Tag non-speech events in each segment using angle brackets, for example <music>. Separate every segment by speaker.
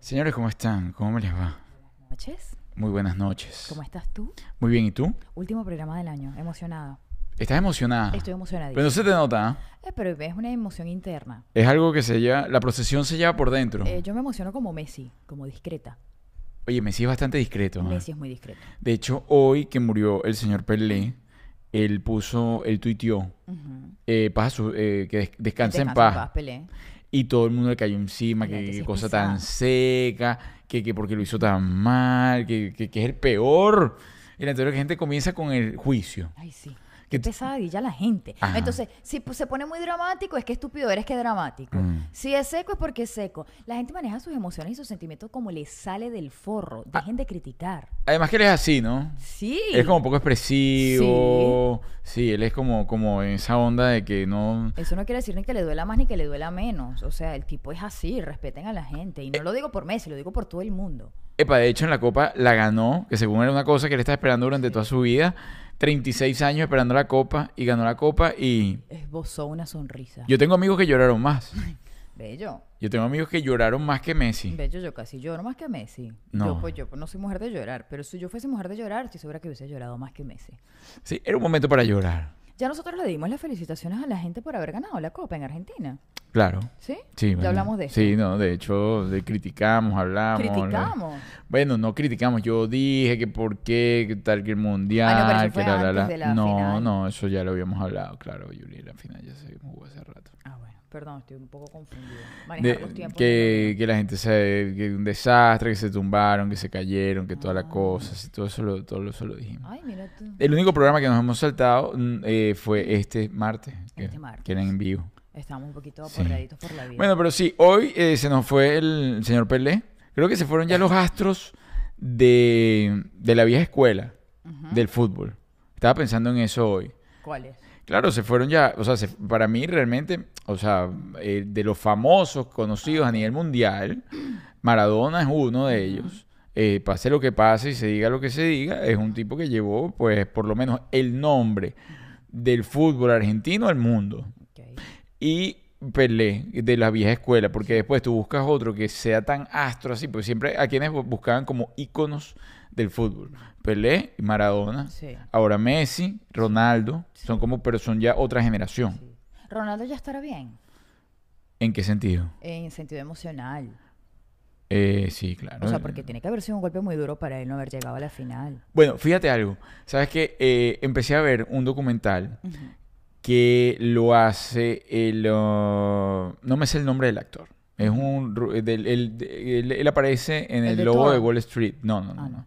Speaker 1: Señores, ¿cómo están? ¿Cómo me les va?
Speaker 2: noches.
Speaker 1: Muy buenas noches.
Speaker 2: ¿Cómo estás tú?
Speaker 1: Muy bien, ¿y tú?
Speaker 2: Último programa del año. Emocionada.
Speaker 1: ¿Estás emocionada?
Speaker 2: Estoy emocionadísima.
Speaker 1: Ah. Pero no se te nota, ¿ah?
Speaker 2: Eh, pero es una emoción interna.
Speaker 1: Es algo que se lleva, la procesión se lleva por dentro.
Speaker 2: Eh, yo me emociono como Messi, como discreta.
Speaker 1: Oye, Messi es bastante discreto. ¿ah?
Speaker 2: Messi es muy discreto.
Speaker 1: De hecho, hoy que murió el señor Pelé, él puso, él tuiteó,
Speaker 2: Ujú.
Speaker 1: eh, paz a su- eh, que des- descansa, en paz.
Speaker 2: Pelé.
Speaker 1: Y todo el mundo le cayó encima,
Speaker 2: Mira,
Speaker 1: que,
Speaker 2: que sí
Speaker 1: qué
Speaker 2: es
Speaker 1: cosa
Speaker 2: pesado.
Speaker 1: tan seca, que, que porque lo hizo tan mal, que, que, que es el peor. Y la anterior gente comienza con el juicio.
Speaker 2: Ay, sí.
Speaker 1: Que
Speaker 2: Qué
Speaker 1: t-
Speaker 2: pesadilla la gente.
Speaker 1: Ajá.
Speaker 2: Entonces, si pues, se pone muy dramático, es que estúpido eres que dramático.
Speaker 1: Mm.
Speaker 2: Si es seco, es porque es seco. La gente maneja sus emociones y sus sentimientos como les sale del forro. Dejen de criticar.
Speaker 1: Además que él es así, ¿no?
Speaker 2: Sí.
Speaker 1: Él Ah. es como poco expresivo. Sí, él es como, como en esa onda de que no...
Speaker 2: Eso no quiere decir ni que le duela más ni que le duela menos. O sea, el tipo es así, respeten a la gente.
Speaker 1: Eh.
Speaker 2: Y no lo digo por Messi, lo digo por todo el mundo.
Speaker 1: Epa, de hecho en la Copa la ganó, que según era una cosa que él estaba esperando durante toda su vida. 36 años esperando la Copa y ganó la Copa y...
Speaker 2: Esbozó una sonrisa.
Speaker 1: Yo tengo amigos que lloraron más.
Speaker 2: Bello,
Speaker 1: Yo tengo amigos que lloraron más que Messi.
Speaker 2: bello, yo casi lloro más que Messi.
Speaker 1: No.
Speaker 2: Yo, pues, yo pues, no soy mujer de llorar, pero si yo fuese mujer de llorar, estoy segura que hubiese llorado más que Messi.
Speaker 1: Sí, era un momento para llorar.
Speaker 2: Ya nosotros le dimos las felicitaciones a la gente por haber ganado la Copa en Argentina.
Speaker 1: Claro.
Speaker 2: ¿Sí?
Speaker 1: Sí,
Speaker 2: Ya
Speaker 1: bueno.
Speaker 2: hablamos de eso.
Speaker 1: Sí, no, de hecho, de- criticamos, hablamos. ¿no?
Speaker 2: Criticamos.
Speaker 1: Bueno, no criticamos. Yo dije que por qué, que tal que el mundial,
Speaker 2: Ah, no, pero eso
Speaker 1: que
Speaker 2: fue antes de la
Speaker 1: no,
Speaker 2: final.
Speaker 1: no, eso ya lo habíamos hablado, claro, Yuli, la final ya se jugó hace rato.
Speaker 2: Ah, bueno, perdón, estoy un poco confundida.
Speaker 1: De-
Speaker 2: Manejar los tiempos.
Speaker 1: que, que la gente se que un desastre, que se tumbaron, que se cayeron, que
Speaker 2: Ah.
Speaker 1: toda la cosa, sí, todo eso lo, todo eso lo dijimos.
Speaker 2: Ay, mira tú.
Speaker 1: El único programa que nos hemos saltado mm, eh, fue este martes, que,
Speaker 2: Este martes.
Speaker 1: que era en vivo.
Speaker 2: Estamos un poquito
Speaker 1: Sí.
Speaker 2: aporreaditos por la vida.
Speaker 1: Bueno, pero sí, hoy eh, se nos fue el señor Pelé. Creo que se fueron ya los astros de, de la vieja escuela del fútbol. Estaba pensando en eso hoy.
Speaker 2: ¿Cuál es?
Speaker 1: Claro, se fueron ya, o sea, se- para mí realmente, o sea, eh, de los famosos conocidos a nivel mundial, Maradona es uno de ellos. Eh, pase lo que pase y se diga lo que se diga, es un tipo que llevó, pues, por lo menos el nombre del fútbol argentino al mundo
Speaker 2: Ok.
Speaker 1: y Pelé de la vieja escuela, porque después tú buscas otro que sea tan astro así, porque siempre a quienes bu- buscaban como íconos del fútbol. Pelé y Maradona.
Speaker 2: Sí.
Speaker 1: Ahora Messi, Ronaldo, son como, pero son ya otra generación.
Speaker 2: Sí. Ronaldo ya estará bien,
Speaker 1: ¿En qué sentido?
Speaker 2: en sentido emocional.
Speaker 1: Eh, sí, claro.
Speaker 2: O sea, porque tiene que haber sido un golpe muy duro para él no haber llegado a la final.
Speaker 1: Bueno, fíjate algo. Sabes que empecé a ver un documental que lo hace el... uh, no me sé el nombre del actor. Es un... ru- eh, del- el- de- él, él aparece en
Speaker 2: ¿El
Speaker 1: el,
Speaker 2: de
Speaker 1: lobo de
Speaker 2: Thor?
Speaker 1: Wall Street. No, no, no.
Speaker 2: Ah,
Speaker 1: no.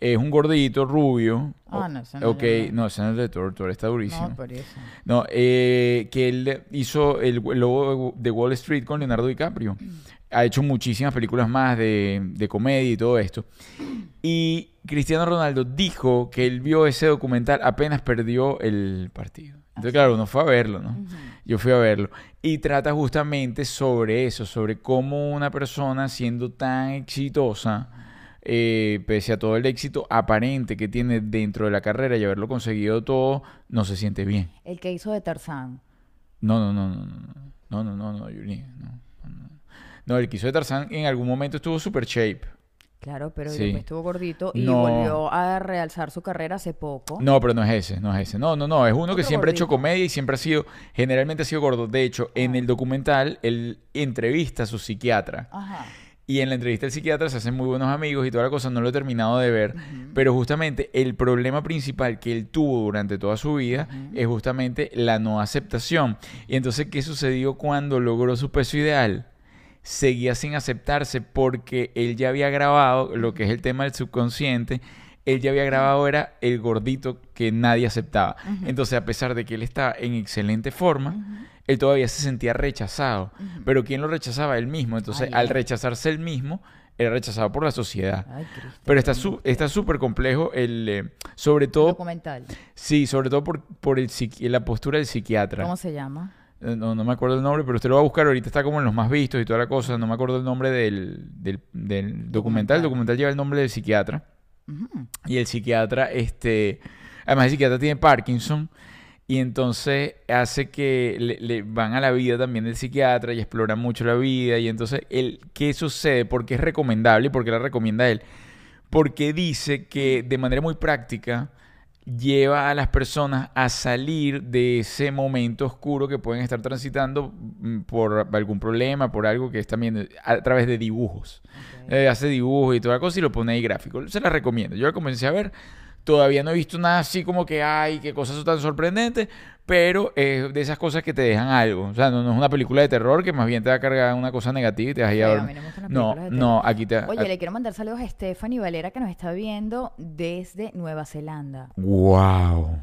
Speaker 1: Es un gordito, rubio.
Speaker 2: Ah,
Speaker 1: O-
Speaker 2: no, ese no,
Speaker 1: Ok,
Speaker 2: yo no.
Speaker 1: no, ese no es el de Thor. Thor está durísimo.
Speaker 2: No, por eso.
Speaker 1: No, eh, que él hizo el lobo de Wall Street con Leonardo DiCaprio. Ha hecho muchísimas películas más de, de comedia y todo esto. Y Cristiano Ronaldo dijo que él vio ese documental apenas perdió el partido. Entonces, claro, uno fue a verlo, ¿no?
Speaker 2: Mm.
Speaker 1: Yo fui a verlo. Y trata justamente sobre eso, sobre cómo una persona siendo tan exitosa, eh, pese a todo el éxito aparente que tiene dentro de la carrera y haberlo conseguido todo, no se siente bien.
Speaker 2: El que hizo de Tarzán.
Speaker 1: No, no, no, no, no, no, no, no, no, Yuli, no, no, no. No, el que hizo de Tarzán en algún momento estuvo super shape.
Speaker 2: Claro, pero
Speaker 1: Sí.
Speaker 2: después estuvo gordito y
Speaker 1: No.
Speaker 2: volvió a realzar su carrera hace poco.
Speaker 1: No, pero no es ese, no es ese. No, no, no, es uno que
Speaker 2: Otro
Speaker 1: siempre ha hecho
Speaker 2: gordito. Ah.
Speaker 1: comedia y siempre ha sido, generalmente ha sido gordo. De hecho, en el documental, él entrevista a su psiquiatra.
Speaker 2: Ajá.
Speaker 1: Y en la entrevista del psiquiatra se hacen muy buenos amigos y toda la cosa, no lo he terminado de ver. Pero justamente el problema principal que él tuvo durante toda su vida es justamente la no aceptación. Y entonces, ¿qué sucedió cuando logró su peso ideal? Seguía sin aceptarse porque él ya había grabado lo que es el tema del subconsciente. Él ya había grabado era el gordito que nadie aceptaba. Entonces, a pesar de que él estaba en excelente forma, él todavía se sentía rechazado. Pero ¿quién lo rechazaba? Él mismo. Entonces,
Speaker 2: Ay,
Speaker 1: al
Speaker 2: ay.
Speaker 1: rechazarse él mismo, era rechazado por la sociedad.
Speaker 2: Ay, Cristo.
Speaker 1: Pero está su- está súper complejo el... eh, sobre todo...
Speaker 2: Documental.
Speaker 1: Sí, sobre todo por, por el, psiqui- la postura del psiquiatra.
Speaker 2: ¿Cómo se llama?
Speaker 1: Eh, No, no me acuerdo el nombre, pero usted lo va a buscar. Ahorita está como en los más vistos y toda la cosa. No me acuerdo el nombre del, del- del documental. El documental lleva el nombre del psiquiatra.
Speaker 2: Ujú.
Speaker 1: Y el psiquiatra, este, además el psiquiatra tiene Parkinson y entonces hace que le, le van a la vida también del psiquiatra y exploran mucho la vida y entonces el qué sucede, por qué es recomendable y por qué la recomienda él, porque dice que de manera muy práctica lleva a las personas a salir de ese momento oscuro que pueden estar transitando mm, por algún problema, por algo que es también a través de dibujos.
Speaker 2: Ok.
Speaker 1: Eh, hace dibujos y toda la cosa y lo pone ahí gráfico. Se la recomiendo. Yo la comencé a ver. Todavía no he visto nada así como que, ay, qué cosas tan sorprendentes, pero es de esas cosas que te dejan algo. O sea, no, no es una película de terror que más bien te va a cargar una cosa negativa y te vas a ir a
Speaker 2: Feo, a
Speaker 1: dormir.
Speaker 2: mí no me gustan las
Speaker 1: No,
Speaker 2: películas de
Speaker 1: no, aquí te...
Speaker 2: Oye, le quiero mandar saludos a Stephanie Valera que nos está viendo desde Nueva Zelanda.
Speaker 1: ¡Wow!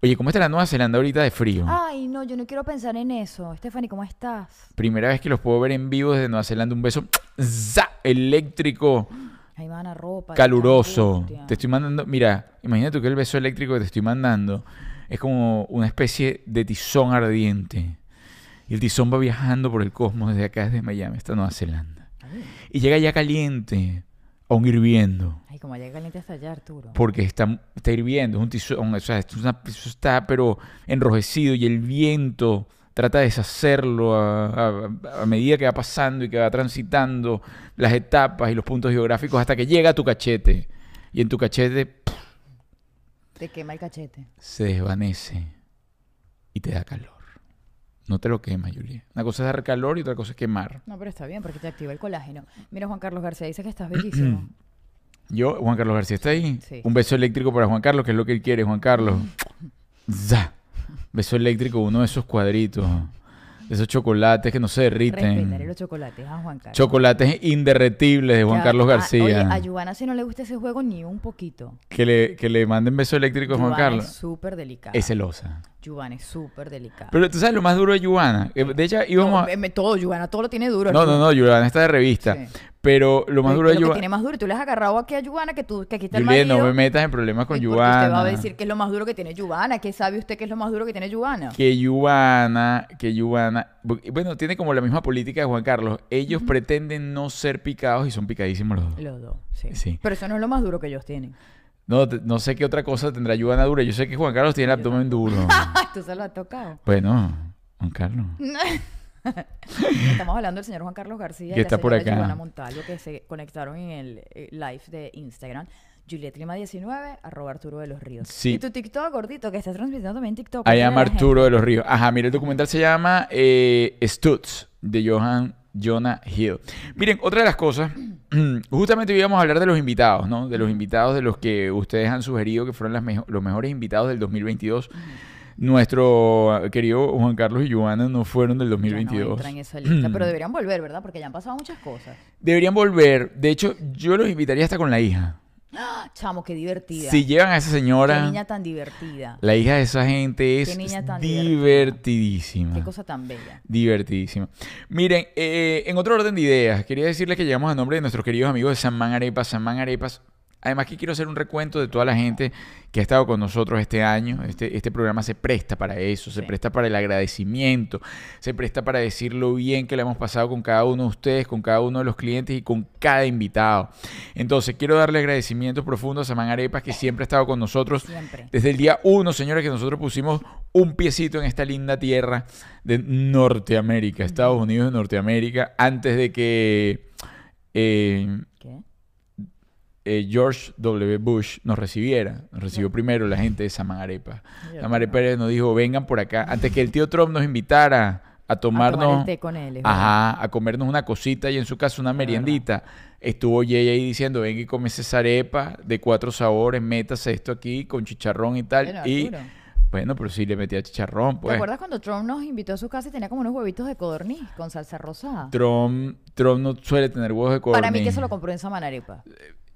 Speaker 1: Oye, ¿cómo está la Nueva Zelanda ahorita de frío?
Speaker 2: Ay, no, yo no quiero pensar en eso. Stephanie, ¿cómo estás?
Speaker 1: Primera vez que los puedo ver en vivo desde Nueva Zelanda. Un beso ¡za! eléctrico,
Speaker 2: Ahí me van ropa. qué
Speaker 1: caluroso.
Speaker 2: angustia.
Speaker 1: Te estoy mandando, mira, imagínate que el beso eléctrico que te estoy mandando es como una especie de tizón ardiente. Y el tizón va viajando por el cosmos desde acá, desde Miami hasta Nueva Zelanda.
Speaker 2: Ay,
Speaker 1: Y llega ya caliente, aún hirviendo.
Speaker 2: ay, como llega caliente hasta allá, Arturo.
Speaker 1: Porque está, está hirviendo, es un tizón, o sea, esto es una- eso está pero enrojecido y el viento trata de deshacerlo a, a- a medida que va pasando y que va transitando las etapas y los puntos geográficos hasta que llega a tu cachete. Y en tu cachete ¡puf!
Speaker 2: Te quema el cachete.
Speaker 1: se desvanece y te da calor. No te lo quema, Julia. Una cosa es dar calor y otra cosa es quemar.
Speaker 2: No, pero está bien porque te activa el colágeno. Mira, Juan Carlos García dice que
Speaker 1: <clears throat>
Speaker 2: estás bellísimo.
Speaker 1: Yo, Juan Carlos García, ¿está ahí?
Speaker 2: Sí.
Speaker 1: Un beso eléctrico para Juan Carlos, que es lo que él quiere, Juan Carlos. ¡Za! Beso eléctrico, uno de esos cuadritos, de esos chocolates que no se
Speaker 2: Respetaré
Speaker 1: derriten.
Speaker 2: los chocolates a Juan Carlos.
Speaker 1: Chocolates inderretibles de Juan
Speaker 2: Ya,
Speaker 1: Carlos
Speaker 2: a-
Speaker 1: García.
Speaker 2: oye, a Giovanna si no le gusta ese juego ni un poquito.
Speaker 1: que, le, que le manden beso eléctrico a Juan
Speaker 2: Giovanna
Speaker 1: Carlos.
Speaker 2: es súper delicada.
Speaker 1: Es celosa.
Speaker 2: Giovanna es súper delicada.
Speaker 1: Pero tú sabes lo más duro de Giovanna. Eh, De hecho, íbamos
Speaker 2: No,
Speaker 1: a...
Speaker 2: me- todo, Giovanna, todo lo tiene duro.
Speaker 1: No, no,
Speaker 2: Arturo.
Speaker 1: no, Giovanna está de revista.
Speaker 2: Sí.
Speaker 1: Pero lo más duro de
Speaker 2: lo que
Speaker 1: Giovanna...
Speaker 2: tiene más duro. Y tú le has agarrado aquí a Giovanna que, tú, que aquí está
Speaker 1: Julia,
Speaker 2: el marido.
Speaker 1: no me metas en problemas con
Speaker 2: y porque Usted va a
Speaker 1: Giovanna.
Speaker 2: decir que es lo más duro que tiene Giovanna. ¿Qué sabe usted que es lo más duro que tiene Giovanna?
Speaker 1: que Yubana, que Yubana, bueno, tiene como la misma política de Juan Carlos. Ellos pretenden no ser picados y son picadísimos los dos.
Speaker 2: Los dos, sí.
Speaker 1: Sí.
Speaker 2: Pero eso no es lo más duro que
Speaker 1: <laughs>
Speaker 2: ellos tienen.
Speaker 1: No, te- no sé qué otra cosa tendrá Yubana dura. Yo sé que Juan Carlos tiene el abdomen duro.
Speaker 2: <laughs> tú Ah, se lo has tocado.
Speaker 1: bueno, Juan Carlos.
Speaker 2: Estamos hablando del señor Juan Carlos García
Speaker 1: Que
Speaker 2: y la
Speaker 1: está por
Speaker 2: señora
Speaker 1: acá.
Speaker 2: Giovanna Montalvo que se conectaron en el eh, live de Instagram. Juliet Lima 19, arroba Arturo de los Ríos.
Speaker 1: Sí.
Speaker 2: Y tu TikTok, gordito, que estás transmitiendo también TikTok.
Speaker 1: I
Speaker 2: ¿qué
Speaker 1: am
Speaker 2: tiene la gente?
Speaker 1: Arturo de los Ríos. Ajá, mira, el documental se llama eh, Stutz, de Johan Jonah Hill. Miren, otra de las cosas, <clears throat> justamente hoy íbamos a hablar de los invitados, ¿no? De los invitados de los que ustedes han sugerido que fueron las mejo- los mejores invitados del 2022. Nuestro querido Juan Carlos y Joana no fueron del
Speaker 2: Ya No
Speaker 1: 2022.
Speaker 2: entra en esa lista,
Speaker 1: Mm.
Speaker 2: pero deberían volver, ¿verdad? Porque ya han pasado muchas cosas.
Speaker 1: <clears throat> Deberían volver. De hecho, yo los invitaría hasta con la hija.
Speaker 2: ¡Ah! Chamo, qué divertida.
Speaker 1: Si llevan a esa
Speaker 2: Qué
Speaker 1: señora,
Speaker 2: niña tan divertida.
Speaker 1: la hija de esa gente es
Speaker 2: niña tan
Speaker 1: divertidísima.
Speaker 2: Qué cosa tan bella.
Speaker 1: Divertidísima. Miren, eh, en otro orden de ideas, quería decirles que llegamos a nombre de nuestros queridos amigos de San Man Arepas, San Man Arepas. Además que quiero hacer un recuento de toda la gente que ha estado con nosotros este año. Este, este programa se presta para eso, se
Speaker 2: Sí.
Speaker 1: presta para el agradecimiento, se presta para decir lo bien que le hemos pasado con cada uno de ustedes, con cada uno de los clientes y con cada invitado. Entonces, quiero darle agradecimiento profundo a Samán Arepas, que siempre ha estado con nosotros
Speaker 2: Siempre.
Speaker 1: desde el día uno, señores, que nosotros pusimos un piecito en esta linda tierra de Norteamérica, Estados Unidos de Norteamérica, antes de que eh,
Speaker 2: ¿Qué?
Speaker 1: eh, George W. Bush nos recibiera. Nos recibió primero la gente de Samarepa. Samarepa nos dijo, vengan por acá, antes que el tío Trump nos invitara a
Speaker 2: Tomarnos...
Speaker 1: tomarnos...
Speaker 2: el té con él. es verdad.
Speaker 1: Ajá, a comernos una cosita y en su casa una meriendita. Estuvo Jay ahí diciendo, venga y come esa arepa de cuatro sabores, métase esto aquí con chicharrón y tal.
Speaker 2: Bueno,
Speaker 1: y
Speaker 2: Arturo.
Speaker 1: bueno, pero sí le metía chicharrón,
Speaker 2: ¿Te
Speaker 1: pues.
Speaker 2: acuerdas cuando Trump nos invitó a su casa y tenía como unos huevitos de codorniz con salsa rosada?
Speaker 1: Trump, Trump no suele tener huevos de codorniz.
Speaker 2: Para mí que eso lo compró en Samanarepa.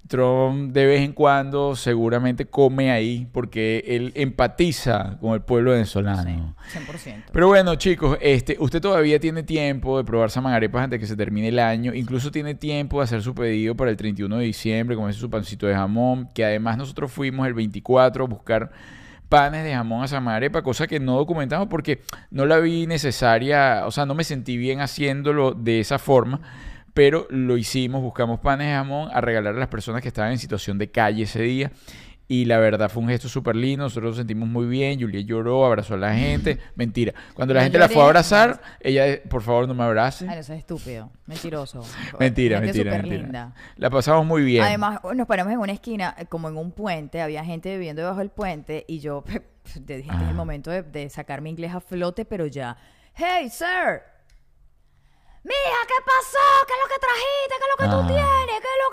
Speaker 1: Trump de vez en cuando seguramente come ahí porque él empatiza con el pueblo venezolano.
Speaker 2: Sí, 100%.
Speaker 1: Ah, Pero bueno, chicos, este, usted todavía tiene tiempo de probar Samanarepas antes que se termine el año. Incluso tiene tiempo de hacer su pedido para el 31 de diciembre, comerse su pancito de jamón. Que además nosotros fuimos el 24 a buscar panes de jamón a Samarepa, cosa que no documentamos porque no la vi necesaria, o sea, no me sentí bien haciéndolo de esa forma. pero lo hicimos, buscamos panes de jamón a regalar a las personas que estaban en situación de calle ese día. Y la verdad fue un gesto súper lindo, nosotros nos sentimos muy bien, Julia lloró, abrazó a la
Speaker 2: <laughs>
Speaker 1: gente, mentira. Cuando la
Speaker 2: No
Speaker 1: gente la fue a
Speaker 2: lloré.
Speaker 1: abrazar, ella, por favor, no me abrace.
Speaker 2: Ay, no seas estúpido. Mentiroso.
Speaker 1: <laughs> Mentira,
Speaker 2: Gente
Speaker 1: mentira,
Speaker 2: súper
Speaker 1: mentira.
Speaker 2: linda.
Speaker 1: La pasamos muy bien.
Speaker 2: Además, nos paramos en una esquina, eh, como en un puente, había gente viviendo debajo del puente y yo <laughs> de- dije, "Este es
Speaker 1: Ah.
Speaker 2: el momento de, de sacar mi inglés a flote, pero ya. Hey, sir. Mija, ¿qué pasó? ¿Qué es lo que trajiste? ¿Qué es lo que
Speaker 1: Ah.
Speaker 2: tú tienes? ¿Qué es lo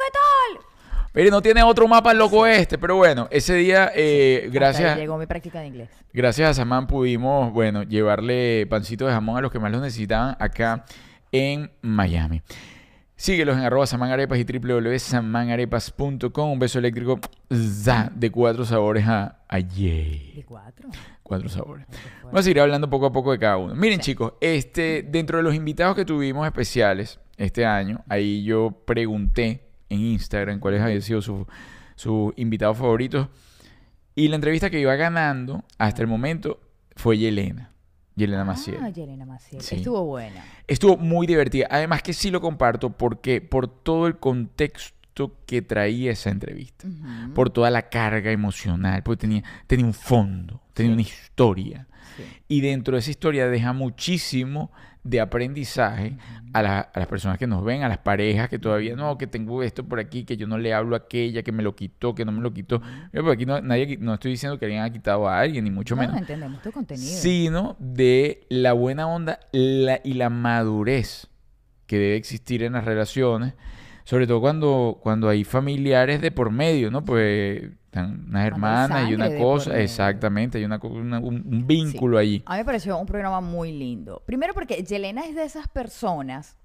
Speaker 2: que tal?
Speaker 1: Pero no tiene otro mapa loco este, pero bueno, ese día, eh,
Speaker 2: Hasta
Speaker 1: gracias,
Speaker 2: ahí llegó mi práctica de inglés.
Speaker 1: gracias a Samán pudimos, bueno, llevarle pancito de jamón a los que más lo necesitaban acá en Miami. Síguelos en arroba samanarepas y www.samanarepas.com. Un beso eléctrico za, de cuatro sabores a, a Jay.
Speaker 2: De cuatro.
Speaker 1: Cuatro sabores. Vamos a seguir hablando poco a poco de cada uno. Miren, chicos, este, dentro de los invitados que tuvimos especiales este año, ahí yo pregunté en Instagram cuáles habían sido sus sus invitados favoritos. Y la entrevista que iba ganando hasta el momento fue Yelena. Yelena Maciel.
Speaker 2: Ah, Yelena Maciel.
Speaker 1: Sí.
Speaker 2: Estuvo buena.
Speaker 1: Estuvo muy divertida. Además que sí lo comparto porque por todo el contexto que traía esa entrevista,
Speaker 2: Ujú.
Speaker 1: por toda la carga emocional, porque tenía, tenía un fondo, tenía una historia.
Speaker 2: Sí.
Speaker 1: Y dentro de esa historia deja muchísimo de aprendizaje a, la- a las personas que nos ven, a las parejas que todavía no, que tengo esto por aquí, que yo no le hablo a aquella, que me lo quitó, que no me lo quitó. Yo por aquí no, nadie, no estoy diciendo que alguien ha quitado a alguien, ni mucho
Speaker 2: No,
Speaker 1: menos
Speaker 2: entendemos tu contenido.
Speaker 1: sino de la buena onda la- y la madurez que debe existir en las relaciones, sobre todo cuando, cuando hay familiares de por medio, ¿no? Pues están unas
Speaker 2: Cuando hay
Speaker 1: hermanas y
Speaker 2: sangre
Speaker 1: una
Speaker 2: de
Speaker 1: cosa,
Speaker 2: por medio.
Speaker 1: exactamente, hay una, co- una- un, un vínculo allí.
Speaker 2: A mí me pareció un programa muy lindo. Primero porque Yelena es de esas personas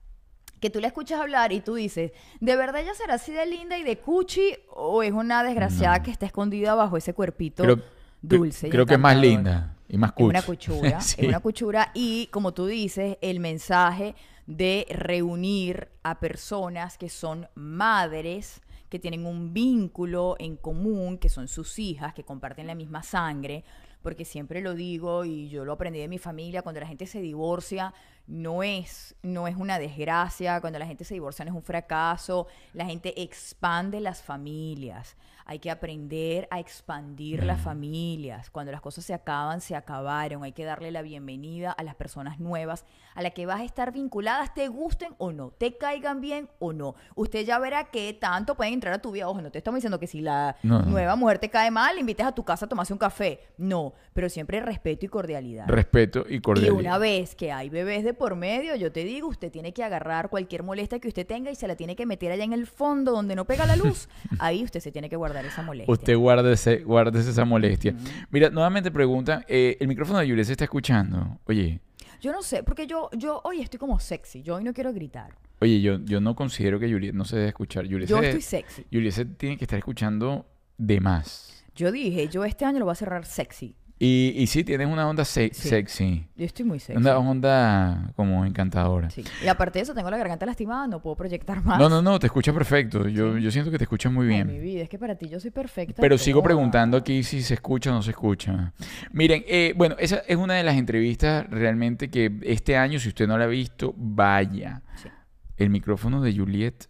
Speaker 2: que tú la escuchas hablar y tú dices, ¿de verdad ella será así de linda y de cuchi o es una desgraciada
Speaker 1: No.
Speaker 2: que está escondida bajo ese cuerpito
Speaker 1: Creo,
Speaker 2: dulce? y
Speaker 1: creo que es más
Speaker 2: encantador?
Speaker 1: linda y más
Speaker 2: Es
Speaker 1: cuchi. <laughs>
Speaker 2: una cuchura,
Speaker 1: Sí.
Speaker 2: es una cuchura y como tú dices, el mensaje de reunir a personas que son madres, que tienen un vínculo en común, que son sus hijas, que comparten la misma sangre, porque siempre lo digo y yo lo aprendí de mi familia, cuando la gente se divorcia no es no es una desgracia, cuando la gente se divorcia no es un fracaso, la gente expande las familias. Hay que aprender a expandir las
Speaker 1: Mm.
Speaker 2: familias familias. Cuando las cosas se acaban, se acabaron. Hay que darle la bienvenida a las personas nuevas, a las que vas a estar vinculadas, te gusten o no, te caigan bien o no. Usted ya verá qué tanto pueden entrar a tu vida. Ojo, no te estamos diciendo que si la
Speaker 1: No, no.
Speaker 2: nueva mujer te cae mal, le invites a tu casa a tomarse un café. No, pero siempre respeto y cordialidad.
Speaker 1: Respeto y
Speaker 2: y
Speaker 1: cordialidad.
Speaker 2: una vez que hay bebés de por medio, yo te digo, usted tiene que agarrar cualquier molestia que usted tenga y se la tiene que meter allá en el fondo donde no pega la
Speaker 1: <laughs>
Speaker 2: luz. Ahí usted se tiene que guardar esa molestia.
Speaker 1: Usted guárdese, guárdese esa molestia. Mira, nuevamente preguntan, eh, el micrófono de Yuri se está escuchando. Oye,
Speaker 2: Yo no sé, porque yo, yo hoy estoy como sexy. Yo hoy no quiero gritar.
Speaker 1: Oye, yo, yo no considero que Juliet no se debe escuchar. Juliet,
Speaker 2: Yo
Speaker 1: se,
Speaker 2: estoy sexy.
Speaker 1: Juliet se tiene que estar escuchando de más.
Speaker 2: Yo dije, yo este año lo voy a cerrar sexy.
Speaker 1: Y, y sí, tienes una onda se-
Speaker 2: Sí.
Speaker 1: sexy.
Speaker 2: Yo estoy muy sexy.
Speaker 1: Una onda como encantadora.
Speaker 2: Sí. Y aparte de eso, tengo la garganta lastimada, no puedo proyectar más.
Speaker 1: No, no, no, te escuchas perfecto. Yo, yo siento que te escuchas muy
Speaker 2: Ay,
Speaker 1: bien.
Speaker 2: mi vida, es que para ti yo soy perfecta.
Speaker 1: Pero
Speaker 2: en
Speaker 1: sigo
Speaker 2: todo.
Speaker 1: preguntando aquí si se escucha o no se escucha. Miren, eh, bueno, esa es una de las entrevistas realmente que este año, si usted no la ha visto, vaya.
Speaker 2: Sí.
Speaker 1: El micrófono de Juliet,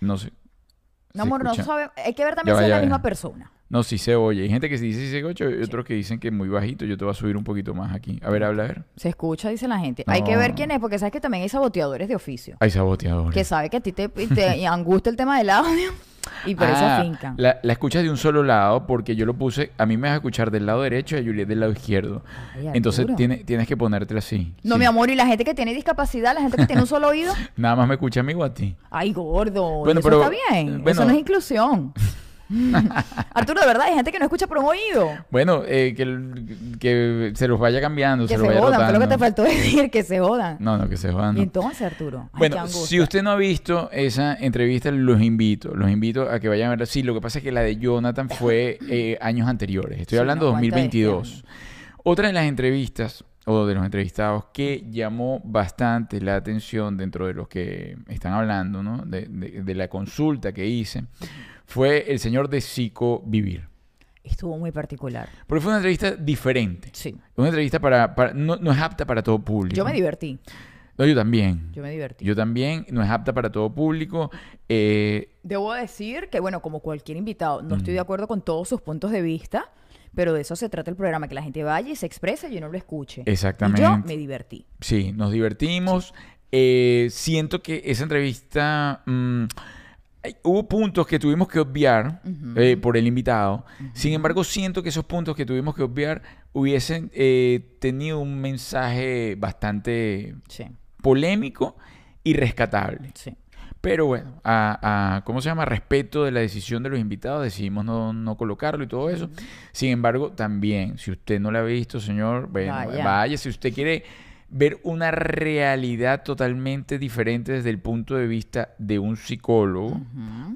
Speaker 1: no sé.
Speaker 2: No, amor, no
Speaker 1: escucha?
Speaker 2: sabe. Hay que ver también
Speaker 1: Ya
Speaker 2: si
Speaker 1: va,
Speaker 2: es
Speaker 1: ya
Speaker 2: la
Speaker 1: va.
Speaker 2: misma persona.
Speaker 1: No, sí se oye. Hay gente que sí dice sí se escucha y otros que dicen que muy bajito. Yo te voy a subir un poquito más aquí. A ver, habla, a ver.
Speaker 2: Se escucha, dice la gente. Hay que ver
Speaker 1: No.
Speaker 2: quién es, porque sabes que también hay saboteadores de oficio.
Speaker 1: Hay saboteadores.
Speaker 2: Que sabe que a ti
Speaker 1: <laughs>
Speaker 2: te, te angustia el tema del audio y por
Speaker 1: Ah,
Speaker 2: esa finca.
Speaker 1: La, la escuchas de un solo lado porque yo lo puse. A mí me vas a escuchar del lado derecho y a Juliet del lado izquierdo. Entonces tiene- tienes que ponértela así.
Speaker 2: No,
Speaker 1: Sí.
Speaker 2: mi amor, y la gente que tiene discapacidad, la gente que tiene un solo
Speaker 1: <laughs>
Speaker 2: oído.
Speaker 1: Nada más me escucha a mí o a ti.
Speaker 2: Ay, gordo.
Speaker 1: Bueno,
Speaker 2: eso
Speaker 1: pero- eh,
Speaker 2: está bien.
Speaker 1: bueno.
Speaker 2: eso no es
Speaker 1: <laughs>
Speaker 2: inclusión. Arturo, de verdad, hay gente que no escucha por un oído.
Speaker 1: Bueno, eh, que, el- que se los vaya cambiando,
Speaker 2: Que
Speaker 1: se
Speaker 2: se
Speaker 1: los vaya
Speaker 2: jodan. Fue lo que te
Speaker 1: rotando.
Speaker 2: faltó decir, que se jodan.
Speaker 1: No, no, que se van.
Speaker 2: Y entonces, Arturo. Ay, qué
Speaker 1: Bueno,
Speaker 2: angustia.
Speaker 1: si usted no ha visto esa entrevista, los invito, los invito a que vayan a verla. Sí, lo que pasa es que la de Jonathan
Speaker 2: <laughs>
Speaker 1: fue eh, años anteriores. Estoy
Speaker 2: Sí,
Speaker 1: hablando de
Speaker 2: no, ¿cuánto de este
Speaker 1: 2022. Otra de las entrevistas o de los entrevistados que llamó bastante la atención dentro de los que están hablando, ¿no? De, de- de la consulta que hice, fue el señor de Psicovivir.
Speaker 2: Estuvo muy particular.
Speaker 1: Porque fue una entrevista diferente.
Speaker 2: Sí.
Speaker 1: Una entrevista para, para- no, no es apta para todo público.
Speaker 2: Yo me divertí.
Speaker 1: No, yo también.
Speaker 2: Yo me divertí.
Speaker 1: Yo también. No es apta para todo público. Eh,
Speaker 2: Debo decir que, bueno, como cualquier invitado, no
Speaker 1: Mm.
Speaker 2: estoy de acuerdo con todos sus puntos de vista, pero de eso se trata el programa, que la gente vaya y se exprese y uno lo escuche. Y yo
Speaker 1: Exactamente.
Speaker 2: me divertí.
Speaker 1: sí, nos divertimos. Eh, siento que esa entrevista... mm, ay, Hubo puntos que tuvimos que obviar eh, por el invitado. Sin embargo, siento que esos puntos que tuvimos que obviar hubiesen eh, tenido un mensaje bastante
Speaker 2: Sí,
Speaker 1: polémico y rescatable.
Speaker 2: sí.
Speaker 1: Pero bueno, a, a- ¿cómo se llama? Respeto de la decisión de los invitados, decidimos no, no colocarlo y todo eso. Sin embargo, también, si usted no la ha visto, señor, bueno,
Speaker 2: Vaya.
Speaker 1: vaya. si usted quiere ver una realidad totalmente diferente desde el punto de vista de un psicólogo,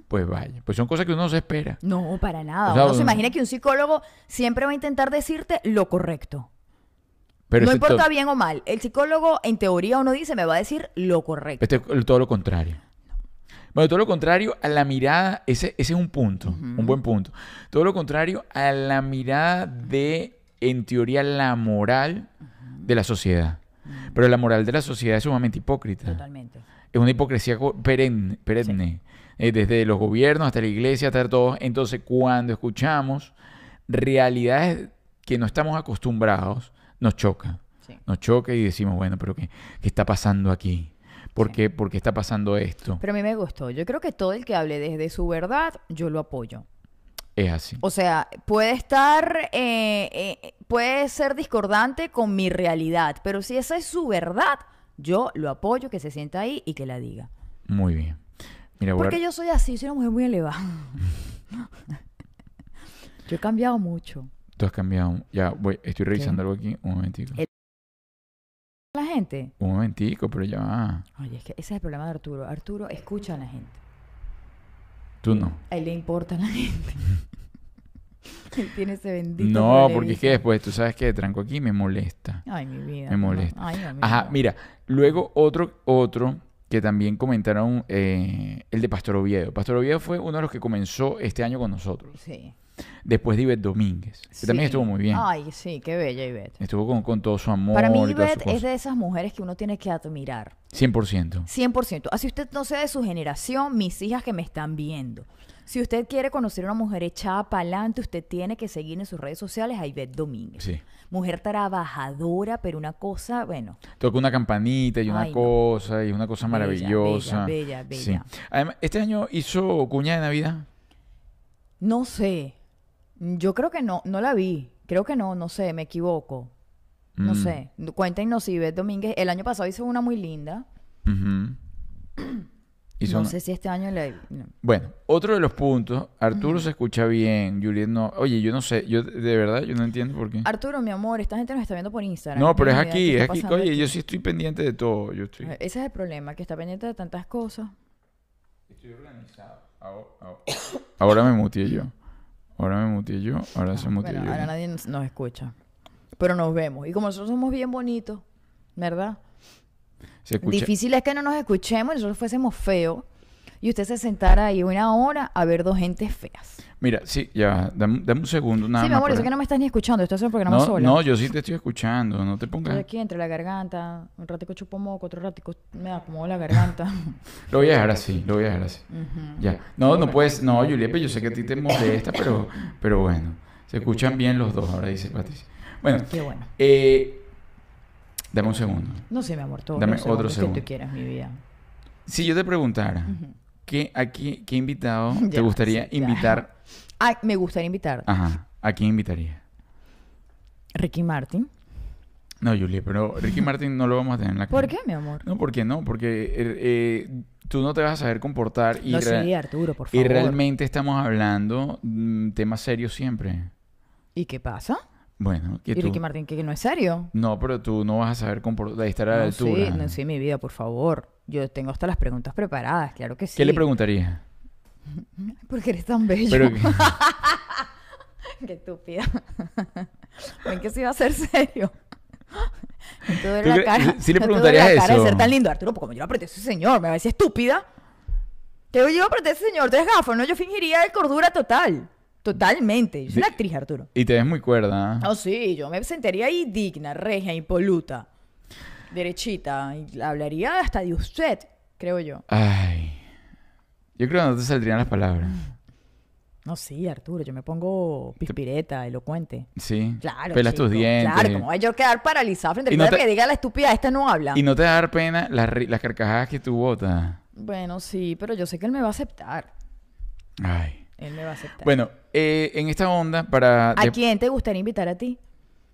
Speaker 1: pues vaya. Pues son cosas que uno no se espera.
Speaker 2: No, para nada.
Speaker 1: O sea,
Speaker 2: uno se
Speaker 1: uno-
Speaker 2: imagina que un psicólogo siempre va a intentar decirte lo correcto.
Speaker 1: Pero
Speaker 2: no
Speaker 1: este es
Speaker 2: importa
Speaker 1: to-
Speaker 2: bien o mal. El psicólogo, en teoría, uno dice, me va a decir lo correcto.
Speaker 1: Este es todo lo contrario. Bueno, todo lo contrario a la mirada, ese, ese es un punto, un buen punto. Todo lo contrario a la mirada de, en teoría, la moral de la sociedad. Pero la moral de la sociedad es sumamente hipócrita.
Speaker 2: Totalmente.
Speaker 1: Es una hipocresía co- perenne, perenne. Eh, desde los gobiernos hasta la iglesia, hasta todos. Entonces, cuando escuchamos realidades que no estamos acostumbrados, nos choca.
Speaker 2: Sí.
Speaker 1: Nos choca y decimos, bueno, pero ¿qué, qué está pasando aquí? ¿Por, qué, ¿Por qué está pasando esto?
Speaker 2: Pero a mí me gustó. Yo creo que todo el que hable desde su verdad, yo lo apoyo.
Speaker 1: Es así.
Speaker 2: O sea, puede estar, eh, eh, puede ser discordante con mi realidad, pero si esa es su verdad, yo lo apoyo, que se sienta ahí y que la diga.
Speaker 1: Muy bien. Mira, voy a-
Speaker 2: Porque yo soy así, soy una mujer muy elevada. <laughs> yo he cambiado mucho.
Speaker 1: tú has cambiado. Ya, voy- estoy revisando algo aquí. Un momentico.
Speaker 2: El- La gente.
Speaker 1: Un momentico, pero ya va.
Speaker 2: Oye, es que ese es el problema de Arturo. Arturo escucha a la gente.
Speaker 1: Tú no.
Speaker 2: A él le importa a la gente.
Speaker 1: <laughs>
Speaker 2: él tiene ese bendito.
Speaker 1: No, porque es que
Speaker 2: privilegio.
Speaker 1: después tú sabes que tranco aquí me molesta.
Speaker 2: Ay, mi vida.
Speaker 1: Me
Speaker 2: no.
Speaker 1: molesta.
Speaker 2: Ay, no, mi
Speaker 1: Ajá,
Speaker 2: vida.
Speaker 1: mira, luego otro, otro que también comentaron, eh, el de Pastor Oviedo. Pastor Oviedo fue uno de los que comenzó este año con nosotros,
Speaker 2: Sí.
Speaker 1: después de Ivette Domínguez, que también
Speaker 2: Sí.
Speaker 1: estuvo muy bien.
Speaker 2: Ay, sí, qué bella Ivette.
Speaker 1: Estuvo con, con todo su amor.
Speaker 2: Para mí
Speaker 1: y toda su
Speaker 2: Ivette es
Speaker 1: cosa.
Speaker 2: de esas mujeres que uno tiene que admirar.
Speaker 1: 100%.
Speaker 2: 100%. Así usted no sea de su generación, mis hijas que me están viendo. Si usted quiere conocer una mujer echada para adelante, usted tiene que seguir en sus redes sociales a Ivette Domínguez.
Speaker 1: Sí.
Speaker 2: Mujer trabajadora, pero una cosa, bueno,
Speaker 1: Toca una campanita y una
Speaker 2: Ay, no.
Speaker 1: cosa, y una cosa
Speaker 2: Bella,
Speaker 1: maravillosa.
Speaker 2: bella, bella,
Speaker 1: Sí.
Speaker 2: bella.
Speaker 1: Además, este año hizo cuña de Navidad.
Speaker 2: no sé. Yo creo que no, no la vi. Creo que no, no sé, me equivoco. No
Speaker 1: Mm.
Speaker 2: sé. Cuéntenos si Ivette Domínguez, el año pasado hizo una muy linda. <clears throat>
Speaker 1: Ujú. Hizo
Speaker 2: no
Speaker 1: una-
Speaker 2: sé si este año la... no.
Speaker 1: Bueno, otro de los puntos, Arturo se escucha bien, Juliet no. Oye, yo no sé, yo de de verdad yo no entiendo por qué.
Speaker 2: Arturo, mi amor, esta gente nos está viendo por Instagram.
Speaker 1: No, pero es
Speaker 2: tengo ni
Speaker 1: aquí,
Speaker 2: idea
Speaker 1: es
Speaker 2: de qué
Speaker 1: aquí.
Speaker 2: está pasando
Speaker 1: Oye, yo sí estoy pendiente de todo, yo estoy.
Speaker 2: Eh, Ese es el problema, que está pendiente de tantas cosas.
Speaker 1: Estoy organizado. Ahora, ahora me muteé yo. Ahora me muteé yo, ahora se muteó
Speaker 2: Ah, Bueno,
Speaker 1: yo.
Speaker 2: ahora nadie nos, nos escucha. Pero nos vemos. Y como nosotros somos bien bonitos, ¿verdad?
Speaker 1: Se escucha.
Speaker 2: Difícil es que no nos escuchemos y nosotros fuésemos feos. Y usted se sentara ahí una hora a ver dos gentes feas.
Speaker 1: Mira, sí, ya, va, dame, dame un segundo nada
Speaker 2: sí, mi
Speaker 1: más
Speaker 2: amor, eso
Speaker 1: para-
Speaker 2: que no me estás ni escuchando. Esto es un programa
Speaker 1: no,
Speaker 2: sola.
Speaker 1: no, yo sí te estoy escuchando, no te
Speaker 2: Estoy
Speaker 1: pongas.
Speaker 2: aquí entre la garganta. Un ratico chupo moco, otro ratico me acomodo
Speaker 1: <laughs>
Speaker 2: la garganta.
Speaker 1: Lo voy a dejar así, lo voy a dejar así. Ya. No, no puedes, no, Julieta, yo sé que a ti te molesta, pero, pero bueno, se escuchan bien los dos, ahora dice Patricia. Bueno,
Speaker 2: Qué bueno.
Speaker 1: eh, dame un segundo.
Speaker 2: No sé, mi amor, todo.
Speaker 1: Dame
Speaker 2: lo sé,
Speaker 1: otro
Speaker 2: hombre, que
Speaker 1: segundo.
Speaker 2: tú quieras, mi vida.
Speaker 1: Si yo te preguntara, ¿qué, a qué, qué invitado te
Speaker 2: <laughs> Ya,
Speaker 1: gustaría
Speaker 2: sí, ya.
Speaker 1: invitar?
Speaker 2: Ay, me gustaría invitar
Speaker 1: Ajá, ¿a quién invitaría?
Speaker 2: Ricky Martin.
Speaker 1: No, Julia, pero Ricky Martin no lo vamos a tener en la
Speaker 2: ¿Por
Speaker 1: cámara.
Speaker 2: qué, mi amor?
Speaker 1: No, ¿por qué no? Porque eh, eh, tú no te vas a saber comportar y,
Speaker 2: no
Speaker 1: re-
Speaker 2: sí, Arturo, por
Speaker 1: y
Speaker 2: favor.
Speaker 1: realmente estamos hablando mm, temas serios siempre.
Speaker 2: ¿Y qué pasa?
Speaker 1: Bueno, que
Speaker 2: ¿Y
Speaker 1: tú...
Speaker 2: Ricky Martin que no es serio?
Speaker 1: No, pero tú no vas a saber comportar, estar a la
Speaker 2: no
Speaker 1: altura.
Speaker 2: sé, no sé, mi vida, por favor. Yo tengo hasta las preguntas preparadas, claro que sí.
Speaker 1: ¿Qué le
Speaker 2: <laughs>
Speaker 1: preguntarías?
Speaker 2: ¿Por qué eres tan bello?
Speaker 1: <laughs> Pero que-
Speaker 2: <laughs> Qué estúpida. <laughs> Ven que sí va a ser serio. <laughs> No te duele
Speaker 1: ¿Tú
Speaker 2: la
Speaker 1: crees- sí
Speaker 2: cara.
Speaker 1: le
Speaker 2: no te duele
Speaker 1: preguntarías
Speaker 2: la cara
Speaker 1: eso?
Speaker 2: de ser tan lindo, Arturo, porque como yo le apreté a ese señor, me va a decir estúpida. Que yo le apreté a ese señor, tres gafas, ¿no? Yo fingiría de cordura total. Totalmente. Yo soy una
Speaker 1: De-
Speaker 2: actriz, Arturo. Oh.
Speaker 1: y te ves muy cuerda. ¿ah?
Speaker 2: No, sí, yo me sentiría ahí digna, regia, impoluta. derechita. Y hablaría hasta de usted, creo yo.
Speaker 1: Ay. Yo creo que no te saldrían las palabras.
Speaker 2: Mm. No, sí, Arturo, yo me pongo pispireta, elocuente.
Speaker 1: Sí.
Speaker 2: Claro.
Speaker 1: Pelas tus
Speaker 2: chico.
Speaker 1: dientes.
Speaker 2: Claro, como voy yo quedar paralizado frente
Speaker 1: Y
Speaker 2: al
Speaker 1: no
Speaker 2: cara
Speaker 1: te-
Speaker 2: que diga la estúpida, esta no habla.
Speaker 1: Y no te va a dar pena las, ri- las carcajadas que tú botas.
Speaker 2: Bueno, sí, pero yo sé que él me va a aceptar.
Speaker 1: Ay.
Speaker 2: Él me va a aceptar.
Speaker 1: Bueno, eh, en esta onda para...
Speaker 2: ¿A
Speaker 1: de-
Speaker 2: quién te gustaría invitar a ti?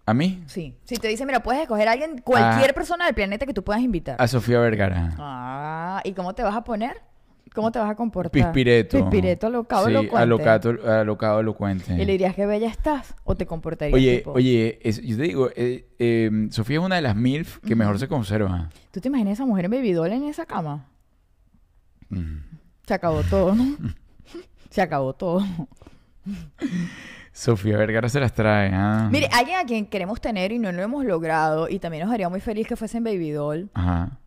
Speaker 1: ¿A mí?
Speaker 2: Sí. Si te dice, mira, puedes escoger a alguien,
Speaker 1: Ah.
Speaker 2: cualquier persona del planeta que tú puedas invitar.
Speaker 1: A Sofía Vergara.
Speaker 2: Ah, ¿y cómo te vas a poner? ¿Cómo te vas a comportar?
Speaker 1: Pispireto.
Speaker 2: Pispireto, alocado,
Speaker 1: Sí,
Speaker 2: elocuente.
Speaker 1: alocato- alocado, elocuente.
Speaker 2: ¿Y le dirías que bella estás? ¿O te comportarías
Speaker 1: Oye,
Speaker 2: tipo-
Speaker 1: oye, es- yo te digo, eh, eh, Sofía es una de las MILF que mejor se conserva.
Speaker 2: ¿Tú te imaginas a esa mujer en bebidola en esa cama?
Speaker 1: Mm.
Speaker 2: Se acabó todo,
Speaker 1: <laughs>
Speaker 2: ¿no? Se acabó todo.
Speaker 1: Sofía Vergara se las trae, ¿ah?
Speaker 2: Mire, alguien a quien queremos tener y no lo hemos logrado, y también nos haría muy feliz que fuese en Babydoll,
Speaker 1: Ajá.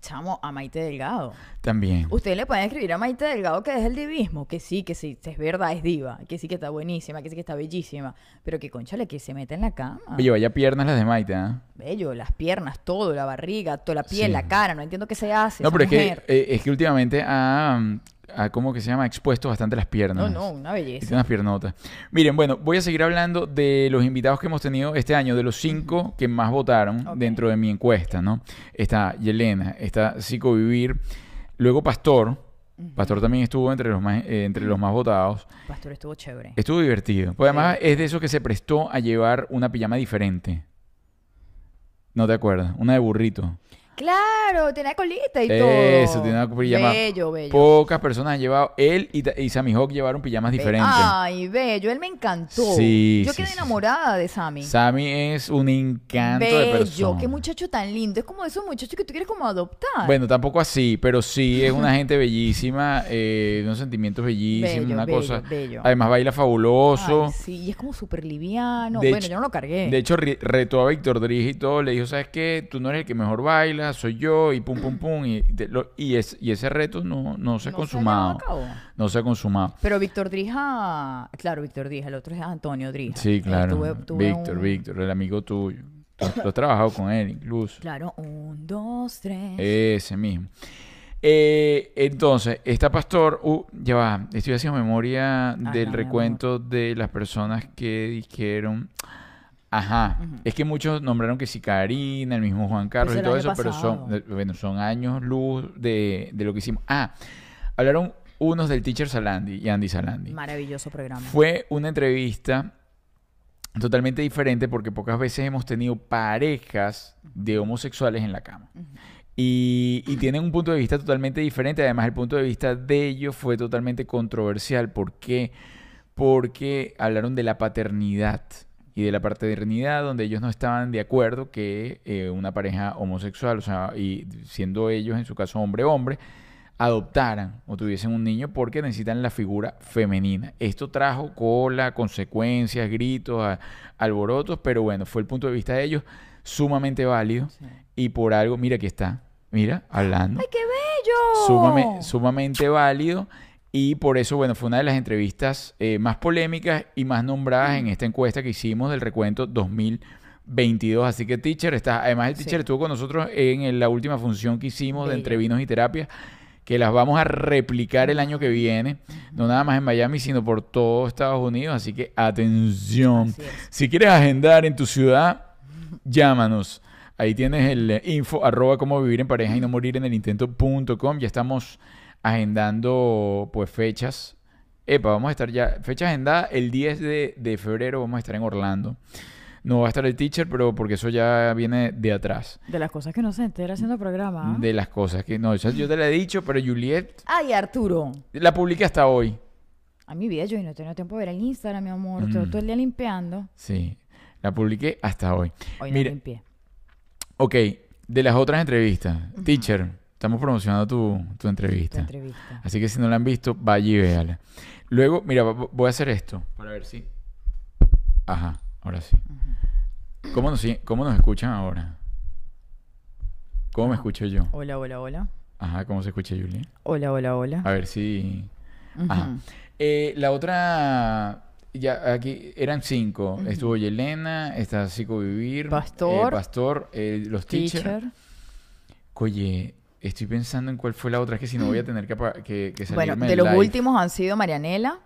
Speaker 2: chamo, a Maite Delgado.
Speaker 1: También.
Speaker 2: Ustedes le pueden escribir a Maite Delgado que es el divismo, que sí, que sí, es verdad, es diva, que sí que está buenísima, que sí que está bellísima, pero que conchale, que se meta en la cama.
Speaker 1: Oye, vaya piernas las de Maite, ¿ah?
Speaker 2: Bello, las piernas, todo, la barriga, toda la piel,
Speaker 1: Sí.
Speaker 2: la cara, no entiendo qué se hace.
Speaker 1: No,
Speaker 2: esa
Speaker 1: pero es que,
Speaker 2: mujer.
Speaker 1: eh, es que últimamente ha, ha, ¿cómo que se llama? Expuesto bastante las
Speaker 2: No,
Speaker 1: piernas.
Speaker 2: no, una
Speaker 1: Y
Speaker 2: belleza.
Speaker 1: tiene unas piernotas. Miren, bueno, voy a seguir hablando de los invitados que hemos tenido este año, de los cinco que más votaron
Speaker 2: Ok.
Speaker 1: dentro de mi encuesta, ¿no? Está Yelena, está Zico Vivir, luego Pastor. Pastor también estuvo entre los más, eh, entre los más votados.
Speaker 2: Pastor estuvo chévere.
Speaker 1: Estuvo divertido. Pues además es de esos que se prestó a llevar una pijama diferente. No te acuerdas, una de burrito.
Speaker 2: Claro, tenía colita y todo.
Speaker 1: Eso, tenía una pijama.
Speaker 2: Bello, bello.
Speaker 1: Pocas personas han llevado. Él y, Ta- y Sammy Hawk llevaron pijamas
Speaker 2: Be-
Speaker 1: diferentes.
Speaker 2: Ay, bello, él me encantó.
Speaker 1: Sí,
Speaker 2: Yo
Speaker 1: sí,
Speaker 2: quedé
Speaker 1: sí, sí.
Speaker 2: enamorada de Sammy.
Speaker 1: Sammy es un encanto de
Speaker 2: bello,
Speaker 1: persona.
Speaker 2: qué muchacho tan lindo. Es como de esos muchachos que tú quieres como adoptar.
Speaker 1: Bueno, tampoco así, pero sí es una gente bellísima, eh, unos sentimientos bellísimos,
Speaker 2: Bello,
Speaker 1: una
Speaker 2: bello,
Speaker 1: cosa.
Speaker 2: bello.
Speaker 1: Además baila
Speaker 2: Ay,
Speaker 1: fabuloso.
Speaker 2: sí, y es como súper liviano.
Speaker 1: De
Speaker 2: bueno,
Speaker 1: hecho-
Speaker 2: yo no lo cargué.
Speaker 1: De hecho, re- retó a Víctor Drige y todo. Le dijo, ¿sabes qué? Tú no eres el que mejor baila, soy yo, y pum, pum, pum. Y, te- lo- y, es- y ese reto no, no se ha
Speaker 2: No se ha
Speaker 1: consumado.
Speaker 2: llevado a cabo.
Speaker 1: No se ha consumado.
Speaker 2: Pero Víctor Drija, claro, Víctor Drija, el otro es Antonio Drija.
Speaker 1: Sí,
Speaker 2: Eh,
Speaker 1: claro.
Speaker 2: tuve- tuve
Speaker 1: Víctor,
Speaker 2: un-
Speaker 1: Víctor, el amigo tuyo. Tú, tú has trabajado con él incluso.
Speaker 2: Claro, un, dos, tres.
Speaker 1: Ese mismo. Eh, entonces, esta pastor, uh, ya va, estoy haciendo memoria
Speaker 2: Ajá,
Speaker 1: del
Speaker 2: mi
Speaker 1: recuento de las personas que dijeron, ajá, es que muchos nombraron que si Karina, el mismo Juan Carlos
Speaker 2: Pero
Speaker 1: y
Speaker 2: eso
Speaker 1: todo
Speaker 2: era el
Speaker 1: eso,
Speaker 2: año
Speaker 1: pero son,
Speaker 2: pasado.
Speaker 1: eh, bueno, son años luz de, de lo que hicimos. Ah, hablaron unos del teacher Salandi y Andy Salandi.
Speaker 2: Maravilloso programa.
Speaker 1: Fue una entrevista totalmente diferente porque pocas veces hemos tenido parejas de homosexuales en la cama. Y, y tienen un punto de vista totalmente diferente. Además, el punto de vista de ellos fue totalmente controversial. ¿Por qué? Porque hablaron de la paternidad. Y de la paternidad donde ellos no estaban de acuerdo que eh, una pareja homosexual, o sea, y siendo ellos en su caso hombre-hombre, adoptaran o tuviesen un niño porque necesitan la figura femenina. Esto trajo cola, consecuencias, gritos, a- alborotos, pero bueno, fue el punto de vista de ellos sumamente válido
Speaker 2: Sí.
Speaker 1: y por algo, mira aquí está, mira, hablando,
Speaker 2: ¡Ay, qué bello!
Speaker 1: sumame- sumamente válido y por eso, bueno, fue una de las entrevistas eh, más polémicas y más nombradas en esta encuesta que hicimos del recuento 2022. Así que, teacher, está. Además, el teacher
Speaker 2: Sí.
Speaker 1: estuvo con nosotros en, el- la última función que hicimos de
Speaker 2: Bello.
Speaker 1: Entre Vinos y Terapias, que las vamos a replicar el año que viene, no nada más en Miami, sino por todo Estados Unidos. Así que, atención.
Speaker 2: Así es.
Speaker 1: Si quieres agendar en tu ciudad, llámanos. Ahí tienes el eh, info arroba cómo vivir en pareja y no morir en el intento.com. Ya estamos agendando pues fechas. Epa, vamos a estar ya. Fecha agendada el 10 de, de febrero vamos a estar en Orlando. No va a estar el teacher, pero porque eso ya viene de atrás.
Speaker 2: De las cosas que no se entera haciendo programa. ¿ah?
Speaker 1: De las cosas que no, eso yo te la he dicho, pero Juliet
Speaker 2: Ay, Arturo.
Speaker 1: la publiqué hasta hoy.
Speaker 2: A mi vida yo no he tenido tiempo de ver el Instagram, mi amor.
Speaker 1: Mm.
Speaker 2: Todo, todo el día limpiando.
Speaker 1: Sí, la publiqué hasta hoy.
Speaker 2: Hoy
Speaker 1: Mira.
Speaker 2: no limpié.
Speaker 1: Ok, de las otras entrevistas. Teacher, estamos promocionando tu, tu
Speaker 2: Tu
Speaker 1: entrevista.
Speaker 2: entrevista.
Speaker 1: Así que si no la han visto, vaya y véala. Luego, mira, vo- voy a hacer esto. Para ver si. Ajá, ahora sí. ¿Cómo nos, sig- cómo nos escuchan ahora? ¿Cómo me escucho yo?
Speaker 2: Hola, hola, hola.
Speaker 1: Ajá, ¿cómo se escucha Julia?
Speaker 2: Hola, hola, hola.
Speaker 1: A ver si. Ajá.
Speaker 2: Ujú.
Speaker 1: Eh, la otra. Ya, aquí eran cinco. Estuvo Yelena, está Psico Vivir, eh,
Speaker 2: Pastor.
Speaker 1: Pastor, eh, los teachers.
Speaker 2: Teacher.
Speaker 1: Oye, estoy pensando en cuál fue la otra, es que si no voy a tener que, apa- que, que
Speaker 2: Bueno,
Speaker 1: salirme
Speaker 2: de
Speaker 1: del
Speaker 2: los
Speaker 1: live.
Speaker 2: últimos han sido Marianela.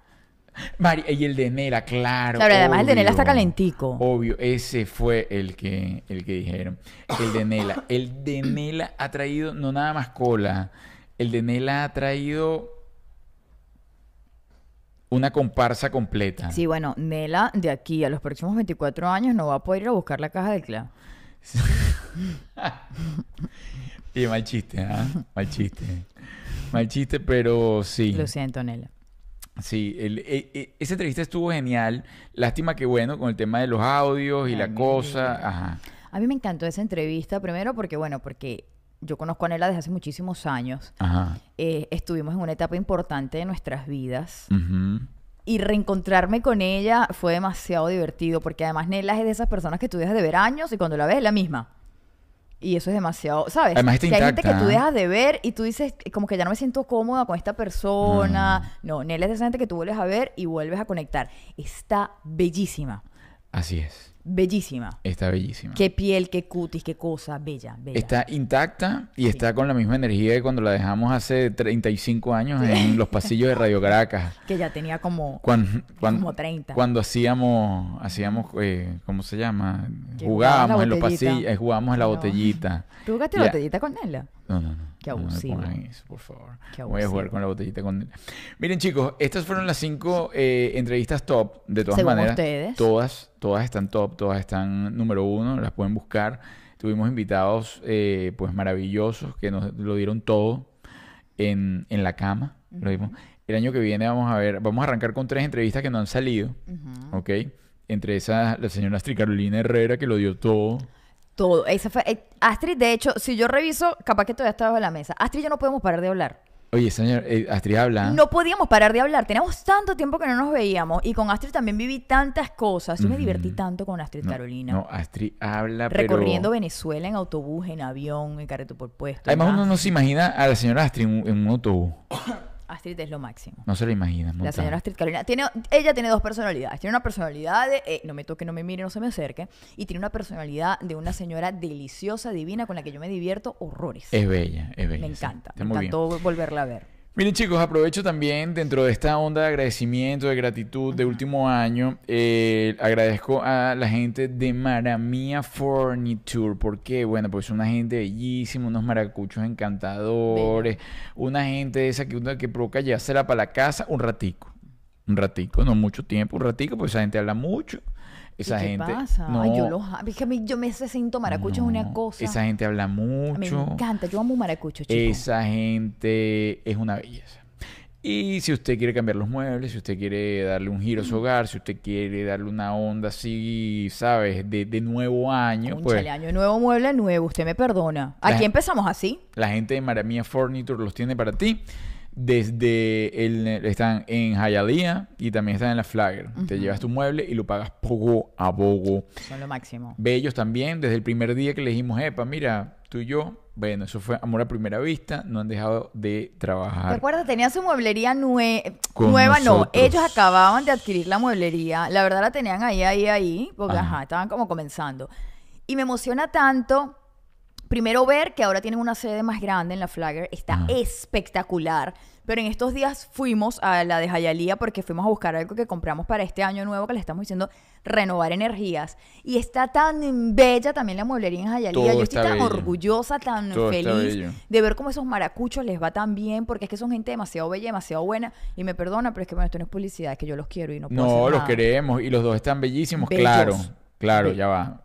Speaker 1: Mari- y el de Nela, claro.
Speaker 2: Claro, además el de
Speaker 1: obvio.
Speaker 2: Nela está calentico.
Speaker 1: Obvio, ese fue el que, el que dijeron. El de Nela. El de Nela ha traído, no nada más cola. El de Nela ha traído una comparsa completa.
Speaker 2: Sí, bueno, Nela de aquí a los próximos 24 años no va a poder ir a buscar la caja del club.
Speaker 1: Y mal chiste, ¿ah? Mal chiste. Mal chiste, pero sí.
Speaker 2: Lo siento, Nela.
Speaker 1: Sí, el- e- e- esa entrevista estuvo genial. Lástima que, bueno, con el tema de los audios y
Speaker 2: Ay,
Speaker 1: la
Speaker 2: mira.
Speaker 1: cosa. Ajá.
Speaker 2: A mí me encantó esa entrevista, primero porque, bueno, porque yo conozco a Nela desde hace muchísimos años.
Speaker 1: Ajá.
Speaker 2: Eh, estuvimos en una etapa importante de nuestras vidas.
Speaker 1: ujú.
Speaker 2: Y reencontrarme con ella fue demasiado divertido, porque además Nela es de esas personas que tú dejas de ver años y cuando la ves es la misma. Y eso es demasiado, ¿sabes?
Speaker 1: Además está
Speaker 2: que hay gente que
Speaker 1: intacta,
Speaker 2: tú
Speaker 1: ¿ah?
Speaker 2: dejas de ver y tú dices, como que ya no me siento cómoda con esta persona.
Speaker 1: Mm.
Speaker 2: No, Nela es de esa gente que tú vuelves a ver y vuelves a conectar. Está bellísima,
Speaker 1: Así es.
Speaker 2: bellísima.
Speaker 1: Está bellísima.
Speaker 2: Qué piel, qué cutis, qué cosa, bella, bella.
Speaker 1: Está intacta y está con la misma energía que cuando la dejamos hace 35 años en los pasillos de Radio Caracas.
Speaker 2: Que ya tenía como...
Speaker 1: Cuando,
Speaker 2: Como 30.
Speaker 1: Cuando hacíamos, hacíamos eh, ¿cómo se llama?
Speaker 2: Que jugabas
Speaker 1: Jugábamos
Speaker 2: la
Speaker 1: en los
Speaker 2: botellita.
Speaker 1: pasillos, eh, jugábamos a la
Speaker 2: No.
Speaker 1: botellita.
Speaker 2: ¿Tú jugaste
Speaker 1: Ya.
Speaker 2: la botellita con Nela?
Speaker 1: No, no, no.
Speaker 2: Qué
Speaker 1: No me
Speaker 2: abusivo.
Speaker 1: pongan eso, por favor.
Speaker 2: Qué
Speaker 1: Voy a jugar
Speaker 2: abusivo.
Speaker 1: con la botellita con... Miren, chicos, estas fueron las cinco eh, entrevistas top, de todas
Speaker 2: Según
Speaker 1: maneras.
Speaker 2: ustedes.
Speaker 1: Todas, todas están top, todas están número uno, las pueden buscar. Tuvimos invitados, eh, pues, maravillosos que nos lo dieron todo en, en la cama. Lo dimos. El año que viene vamos a ver, vamos a arrancar con tres entrevistas que no han salido,
Speaker 2: Ujú.
Speaker 1: ¿ok? Entre esas, la señora Astrid Carolina Herrera, que lo dio todo.
Speaker 2: Todo. Esa fue, eh, Astrid, de hecho, si yo reviso, capaz que todavía está bajo la mesa. Astrid, y yo no podemos parar de hablar.
Speaker 1: Oye, señor, eh, Astrid habla.
Speaker 2: No podíamos parar de hablar. Teníamos tanto tiempo que no nos veíamos. Y con Astrid también viví tantas cosas. Yo me
Speaker 1: Ujú.
Speaker 2: divertí tanto con Astrid
Speaker 1: No,
Speaker 2: Carolina.
Speaker 1: No, Astrid habla, pero...
Speaker 2: Recorriendo Venezuela en autobús, en avión, en carreto por puesto.
Speaker 1: Además,
Speaker 2: en
Speaker 1: uno
Speaker 2: bus.
Speaker 1: no se imagina a la señora Astrid en un- en un autobús.
Speaker 2: Astrid es lo máximo.
Speaker 1: No se la imagina.
Speaker 2: La
Speaker 1: montada.
Speaker 2: señora Astrid Carolina. Tiene, ella tiene dos personalidades. Tiene una personalidad de eh, no me toque, no me mire, no se me acerque. Y tiene una personalidad de una señora deliciosa, divina, con la que yo me divierto horrores.
Speaker 1: Es bella, es bella.
Speaker 2: me
Speaker 1: sí.
Speaker 2: encanta.
Speaker 1: Está
Speaker 2: me
Speaker 1: muy bien.
Speaker 2: encantó volverla a ver.
Speaker 1: Miren chicos, aprovecho también dentro de esta onda de agradecimiento, de gratitud de último año, eh, agradezco a la gente de Maramia Furniture. ¿Por qué? Bueno, pues una gente bellísima, unos maracuchos encantadores, una gente esa que, uno que provoca llevársela para la casa un ratico. Un ratico, no mucho tiempo, un ratico, pues esa gente habla mucho. Esa
Speaker 2: ¿Y qué
Speaker 1: gente.
Speaker 2: pasa?
Speaker 1: No,
Speaker 2: Ay, yo los amo. Es que a mí- yo me ese cinto maracucho es una
Speaker 1: no,
Speaker 2: cosa.
Speaker 1: Esa gente habla mucho.
Speaker 2: me encanta, yo amo maracucho, chico.
Speaker 1: Esa gente es una belleza. Y si usted quiere cambiar los muebles, si usted quiere darle un giro a su hogar, si usted quiere darle una onda así, ¿sabes? De, de nuevo año,
Speaker 2: Un
Speaker 1: pues
Speaker 2: año nuevo, mueble nuevo, usted me perdona.
Speaker 1: La
Speaker 2: Aquí
Speaker 1: gen-
Speaker 2: empezamos así.
Speaker 1: la gente de Maramia Furniture los tiene para ti. Desde el, están en Hialeah y también están en la Flagger. Te llevas tu mueble y lo pagas poco a poco.
Speaker 2: Son lo máximo.
Speaker 1: Bellos también, desde el primer día que le dijimos, epa, mira, tú y yo, bueno, eso fue amor a primera vista, no han dejado de
Speaker 2: ¿Te
Speaker 1: trabajar.
Speaker 2: acuerdas? Tenía su mueblería nue-
Speaker 1: Con
Speaker 2: nueva, no.
Speaker 1: nosotros.
Speaker 2: Ellos acababan de adquirir la mueblería. La verdad la tenían ahí, ahí, ahí, porque
Speaker 1: Ajá.
Speaker 2: ajá, estaban como comenzando. Y me emociona tanto. Primero ver que ahora tienen una sede más grande en la Flagger, está
Speaker 1: Ajá.
Speaker 2: espectacular. Pero en estos días fuimos a la de Jayalía porque fuimos a buscar algo que compramos para este año nuevo que le estamos diciendo renovar energías. Y está tan bella también la mueblería en Jayalía.
Speaker 1: Todo
Speaker 2: Yo estoy
Speaker 1: está
Speaker 2: tan
Speaker 1: bello.
Speaker 2: orgullosa, tan
Speaker 1: Todo está
Speaker 2: feliz
Speaker 1: bello.
Speaker 2: de ver cómo esos maracuchos les va tan bien, porque es que son gente demasiado bella, demasiado buena. Y me perdona, pero es que bueno, esto no es publicidad, es que yo los quiero y no puedo
Speaker 1: No,
Speaker 2: hacer
Speaker 1: los
Speaker 2: nada.
Speaker 1: queremos y los dos están bellísimos,
Speaker 2: Bellos.
Speaker 1: claro. Claro,
Speaker 2: Be-
Speaker 1: ya va.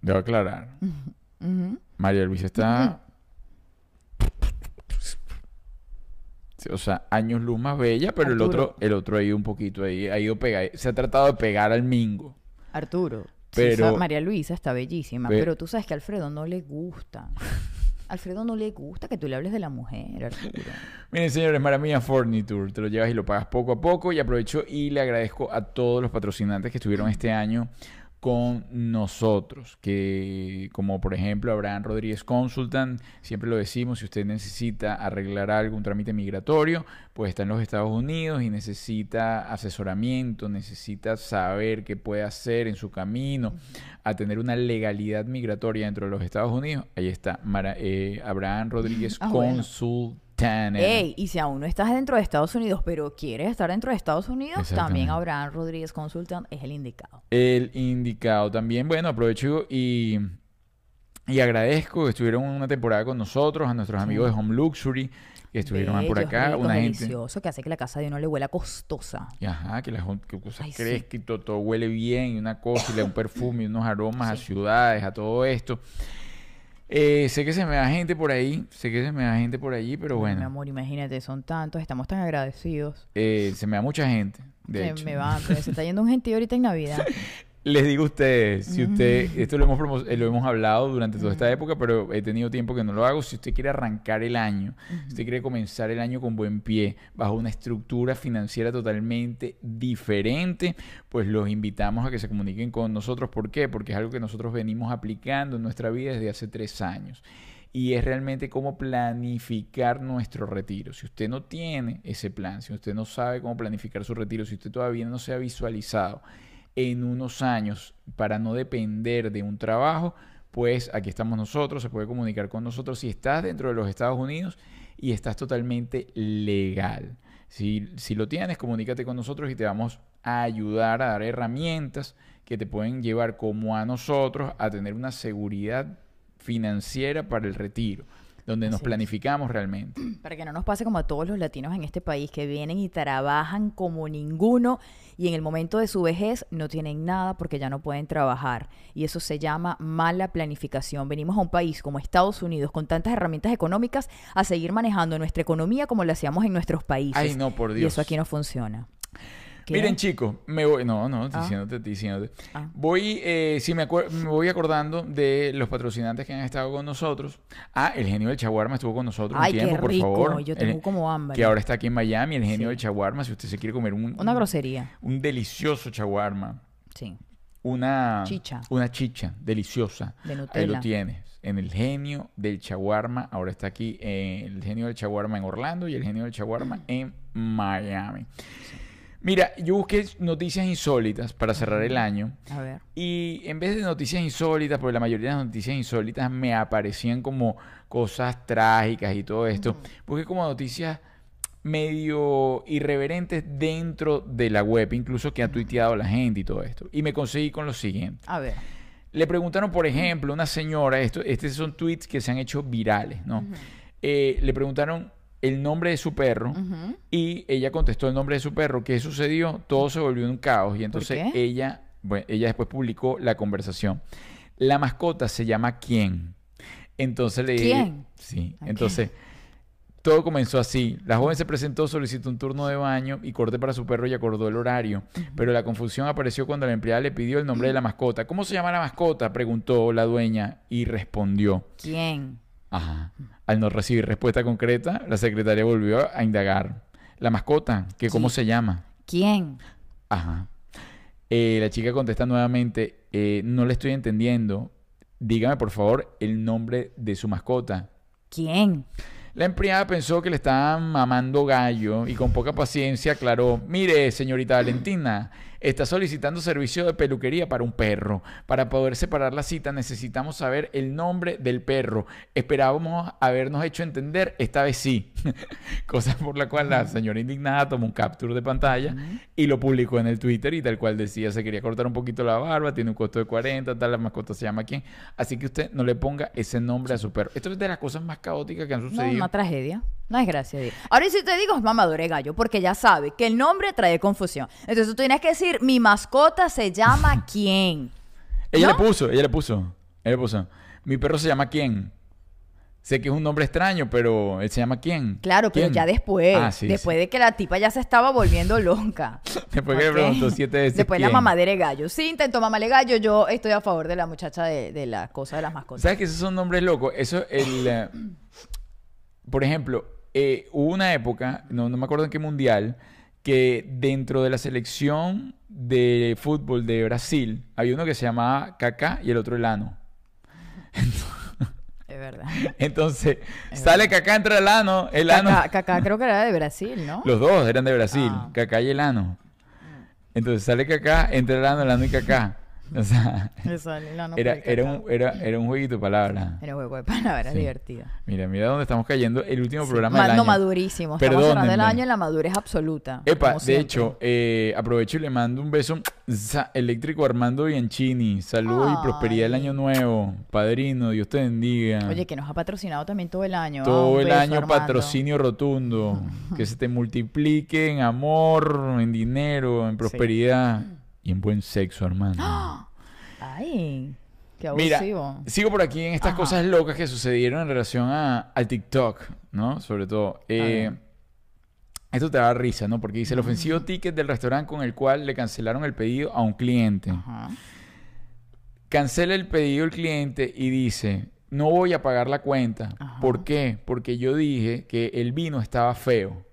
Speaker 1: Debo aclarar.
Speaker 2: Ujú.
Speaker 1: María Luisa está. O sea, años luz más bella, pero el otro,
Speaker 2: Arturo.
Speaker 1: el otro ha ido un poquito ahí, ha ido pegar, se ha tratado de pegar al mingo.
Speaker 2: Arturo,
Speaker 1: Pero-
Speaker 2: sí, esa María Luisa está bellísima,
Speaker 1: Pe-
Speaker 2: pero tú sabes que a Alfredo no le <laughs> gusta. Alfredo no le gusta que tú le hables de la mujer, Arturo.
Speaker 1: Miren, señores, Maramilla Furniture, te lo llevas y lo pagas poco a poco. Y aprovecho y le agradezco a todos los patrocinantes que estuvieron este año con nosotros, que como por ejemplo Abraham Rodríguez Consultant, siempre lo decimos, si usted necesita arreglar algún trámite migratorio, pues está en los Estados Unidos y necesita asesoramiento, necesita saber qué puede hacer en su camino a tener una legalidad migratoria dentro de los Estados Unidos, ahí está Mara- eh, Abraham Rodríguez
Speaker 2: Ah, bueno.
Speaker 1: Consultant.
Speaker 2: Ey, y si aún no estás dentro de Estados Unidos, pero quieres estar dentro de Estados Unidos, también
Speaker 1: Exactamente.
Speaker 2: Abraham Rodríguez Consultant es el indicado.
Speaker 1: El indicado también. Bueno, aprovecho y, y agradezco que estuvieron una temporada con nosotros, a nuestros amigos de Home Luxury, que estuvieron por
Speaker 2: Bellos,
Speaker 1: acá,
Speaker 2: ricos,
Speaker 1: una gente.
Speaker 2: delicioso, que hace que la casa de uno le huela costosa.
Speaker 1: Y ajá, que las que cosas
Speaker 2: Ay, sí.
Speaker 1: crezcan y todo, todo huele bien, y una cosa, y le da un perfume, y unos aromas a ciudades, a todo esto. Eh, sé que se me da gente por ahí, sé que se me da gente por allí, pero
Speaker 2: Mi
Speaker 1: bueno,
Speaker 2: amor, imagínate, son tantos, estamos tan agradecidos.
Speaker 1: eh, se me da mucha gente. De
Speaker 2: se
Speaker 1: hecho.
Speaker 2: me va, pero se está yendo un gentío ahorita
Speaker 1: <laughs>
Speaker 2: en Navidad.
Speaker 1: Les digo a ustedes, si usted, esto lo hemos, promo- eh, lo hemos hablado durante toda esta época, pero he tenido tiempo que no lo hago, si usted quiere arrancar el año, si usted quiere comenzar el año con buen pie, bajo una estructura financiera totalmente diferente, pues los invitamos a que se comuniquen con nosotros. ¿Por qué? Porque es algo que nosotros venimos aplicando en nuestra vida desde hace tres años y es realmente cómo planificar nuestro retiro. Si usted no tiene ese plan, si usted no sabe cómo planificar su retiro, si usted todavía no se ha visualizado en unos años para no depender de un trabajo, pues aquí estamos nosotros, se puede comunicar con nosotros si estás dentro de los Estados Unidos y estás totalmente legal. Si, si lo tienes, comunícate con nosotros y te vamos a ayudar a dar herramientas que te pueden llevar como a nosotros a tener una seguridad financiera para el retiro, donde nos
Speaker 2: Así es.
Speaker 1: planificamos realmente.
Speaker 2: Para que no nos pase como a todos los latinos en este país que vienen y trabajan como ninguno y en el momento de su vejez no tienen nada porque ya no pueden trabajar. Y eso se llama mala planificación. Venimos a un país como Estados Unidos con tantas herramientas económicas a seguir manejando nuestra economía como lo hacíamos en nuestros países.
Speaker 1: Ay, no, por
Speaker 2: Y
Speaker 1: Dios.
Speaker 2: eso aquí no funciona. ¿Qué?
Speaker 1: Miren, chicos, me voy. No, no,
Speaker 2: Ah.
Speaker 1: diciéndote, diciéndote.
Speaker 2: Ah.
Speaker 1: Voy, eh, si me, acuer- me voy acordando de los patrocinantes que han estado con nosotros. Ah, el genio del Chaguarma estuvo con nosotros
Speaker 2: Ay,
Speaker 1: un
Speaker 2: qué
Speaker 1: tiempo, por
Speaker 2: rico,
Speaker 1: favor.
Speaker 2: yo
Speaker 1: El-
Speaker 2: tengo como hambre.
Speaker 1: Que ahora está aquí en Miami, el genio
Speaker 2: Sí.
Speaker 1: del Chaguarma. Si usted se quiere comer un,
Speaker 2: Una
Speaker 1: un-
Speaker 2: grosería.
Speaker 1: un delicioso chaguarma,
Speaker 2: Sí.
Speaker 1: una
Speaker 2: Chicha.
Speaker 1: una chicha deliciosa.
Speaker 2: De
Speaker 1: Ahí
Speaker 2: Nutella.
Speaker 1: lo tienes. En el genio del Chaguarma. Ahora está aquí eh, el genio del Chaguarma en Orlando y el genio del Chaguarma
Speaker 2: Mm.
Speaker 1: en Miami. Mira, yo busqué noticias insólitas para cerrar
Speaker 2: Mm.
Speaker 1: el año.
Speaker 2: A ver.
Speaker 1: Y en vez de noticias insólitas, porque la mayoría de las noticias insólitas me aparecían como cosas trágicas y todo esto, porque como noticias medio irreverentes dentro de la web, incluso que ha tuiteado la gente y todo esto. Y me conseguí con lo siguiente. <laughs>
Speaker 2: A ver.
Speaker 1: Le preguntaron, por ejemplo, una señora, esto, estos son tweets que se han hecho virales, ¿no? Eh, le preguntaron el nombre de su perro
Speaker 2: Ujú.
Speaker 1: y ella contestó el nombre de su perro. ¿Qué sucedió? Todo se volvió un caos y entonces
Speaker 2: qué?
Speaker 1: ella, bueno, ella después publicó la conversación. La mascota se llama quién. Entonces le
Speaker 2: ¿Quién?
Speaker 1: Sí.
Speaker 2: Ok.
Speaker 1: Entonces todo comenzó así. La joven se presentó, solicitó un turno de baño y corte para su perro y acordó el horario. Pero la confusión apareció cuando la empleada le pidió el nombre de la mascota. ¿Cómo se llama la mascota? Preguntó la dueña y respondió.
Speaker 2: ¿Quién?
Speaker 1: Ajá. Al no recibir respuesta concreta, la secretaria volvió a indagar. La mascota, que cómo
Speaker 2: Sí.
Speaker 1: se llama.
Speaker 2: ¿Quién?
Speaker 1: Ajá. Eh, la chica contesta nuevamente, eh, no le estoy entendiendo. Dígame, por favor, el nombre de su mascota.
Speaker 2: ¿Quién?
Speaker 1: La empleada pensó que le estaban mamando gallo y con poca paciencia aclaró, mire, señorita Valentina, está solicitando servicio de peluquería para un perro. Para poder separar la cita necesitamos saber el nombre del perro. Esperábamos habernos hecho entender, esta vez sí. <laughs> Cosa por la cual la señora indignada tomó un capture de pantalla y lo publicó en el Twitter y tal cual decía, se quería cortar un poquito la barba, tiene un costo de 40, tal, la mascota se llama quién. Así que usted no le ponga ese nombre a su perro. Esto es de las cosas más caóticas que han
Speaker 2: No,
Speaker 1: sucedido.
Speaker 2: una tragedia. Una desgracia. Diego. Ahora, y si te digo es mamadura de gallo, porque ya sabe que el nombre trae confusión. Entonces tú tienes que decir, mi mascota se
Speaker 1: <laughs>
Speaker 2: llama quién.
Speaker 1: Ella
Speaker 2: ¿No?
Speaker 1: le puso, ella le puso. Ella le puso. Mi perro se llama quién. Sé que es un nombre extraño, pero él se llama quién.
Speaker 2: Claro, pero
Speaker 1: ¿Quién?
Speaker 2: ya después.
Speaker 1: Ah, sí,
Speaker 2: después
Speaker 1: sí.
Speaker 2: de que la tipa ya se estaba
Speaker 1: <laughs>
Speaker 2: volviendo loca.
Speaker 1: Después que le
Speaker 2: Ok.
Speaker 1: preguntó siete veces.
Speaker 2: Después la
Speaker 1: quién.
Speaker 2: mamadera de gallo. Sí, intentó mamarle gallo. Yo estoy a favor de la muchacha de, de la cosa de las mascotas.
Speaker 1: ¿Sabes que esos son nombres locos? Eso,
Speaker 2: <laughs>
Speaker 1: el. eh, por ejemplo, eh, hubo una época, no, no me acuerdo en qué mundial, que dentro de la selección de fútbol de Brasil había uno que se llamaba Kaká y el otro Elano.
Speaker 2: Es verdad.
Speaker 1: <laughs> Entonces, sale Kaká, entra Elano, Elano.
Speaker 2: Kaká, Kaká creo que era de Brasil, ¿no?
Speaker 1: Los dos eran de Brasil,
Speaker 2: Ah. Mm.
Speaker 1: Kaká y Elano. Entonces sale Kaká, entra Elano, Elano y Kaká. <laughs> O sea,
Speaker 2: Eso, no, no,
Speaker 1: era,
Speaker 2: fue el
Speaker 1: era,
Speaker 2: Kaká.
Speaker 1: un, era, era un jueguito de palabras.
Speaker 2: Era un juego de palabras
Speaker 1: Sí.
Speaker 2: divertido.
Speaker 1: Mira, mira dónde estamos cayendo. El último programa
Speaker 2: Ma-
Speaker 1: del
Speaker 2: No,
Speaker 1: año.
Speaker 2: madurísimo. Estamos cerrando el
Speaker 1: Perdónenme.
Speaker 2: año en la madurez absoluta.
Speaker 1: Epa,
Speaker 2: como
Speaker 1: de
Speaker 2: siempre.
Speaker 1: hecho, eh, aprovecho y le mando un beso za- eléctrico a Armando Bianchini. Saludos y prosperidad del
Speaker 2: Ay.
Speaker 1: año nuevo. Padrino, Dios te bendiga.
Speaker 2: Oye, que nos ha patrocinado también todo el año. Ah,
Speaker 1: Todo
Speaker 2: un
Speaker 1: el
Speaker 2: beso,
Speaker 1: año
Speaker 2: Armando.
Speaker 1: patrocinio rotundo.
Speaker 2: <laughs>
Speaker 1: Que se te multiplique en amor, en dinero, en prosperidad y en buen sexo,
Speaker 2: <gasps>
Speaker 1: Armando. <laughs>
Speaker 2: Ay, qué
Speaker 1: Mira,
Speaker 2: abusivo.
Speaker 1: sigo por aquí en estas
Speaker 2: Ajá.
Speaker 1: cosas locas que sucedieron en relación a, al TikTok, ¿no? Sobre todo. Eh,
Speaker 2: ver.
Speaker 1: esto te da risa, ¿no? Porque dice el ofensivo ticket del restaurante con el cual le cancelaron el pedido a un cliente.
Speaker 2: Ajá.
Speaker 1: Cancela el pedido el cliente y dice, no voy a pagar la cuenta.
Speaker 2: Ajá.
Speaker 1: ¿Por qué? Porque yo dije que el vino estaba feo.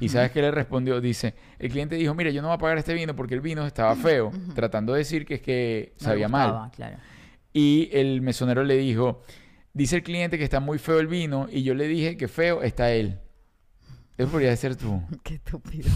Speaker 1: Y sabes qué le respondió, dice, el cliente dijo, mira, yo no voy a pagar este vino porque el vino estaba feo, tratando de decir que es que
Speaker 2: No le
Speaker 1: sabía mal.
Speaker 2: gustaba, Claro. <laughs>
Speaker 1: Y el mesonero le dijo, dice el cliente que está muy feo el vino y yo le dije que feo está él. Eso podría ser tú.
Speaker 2: Qué estúpido.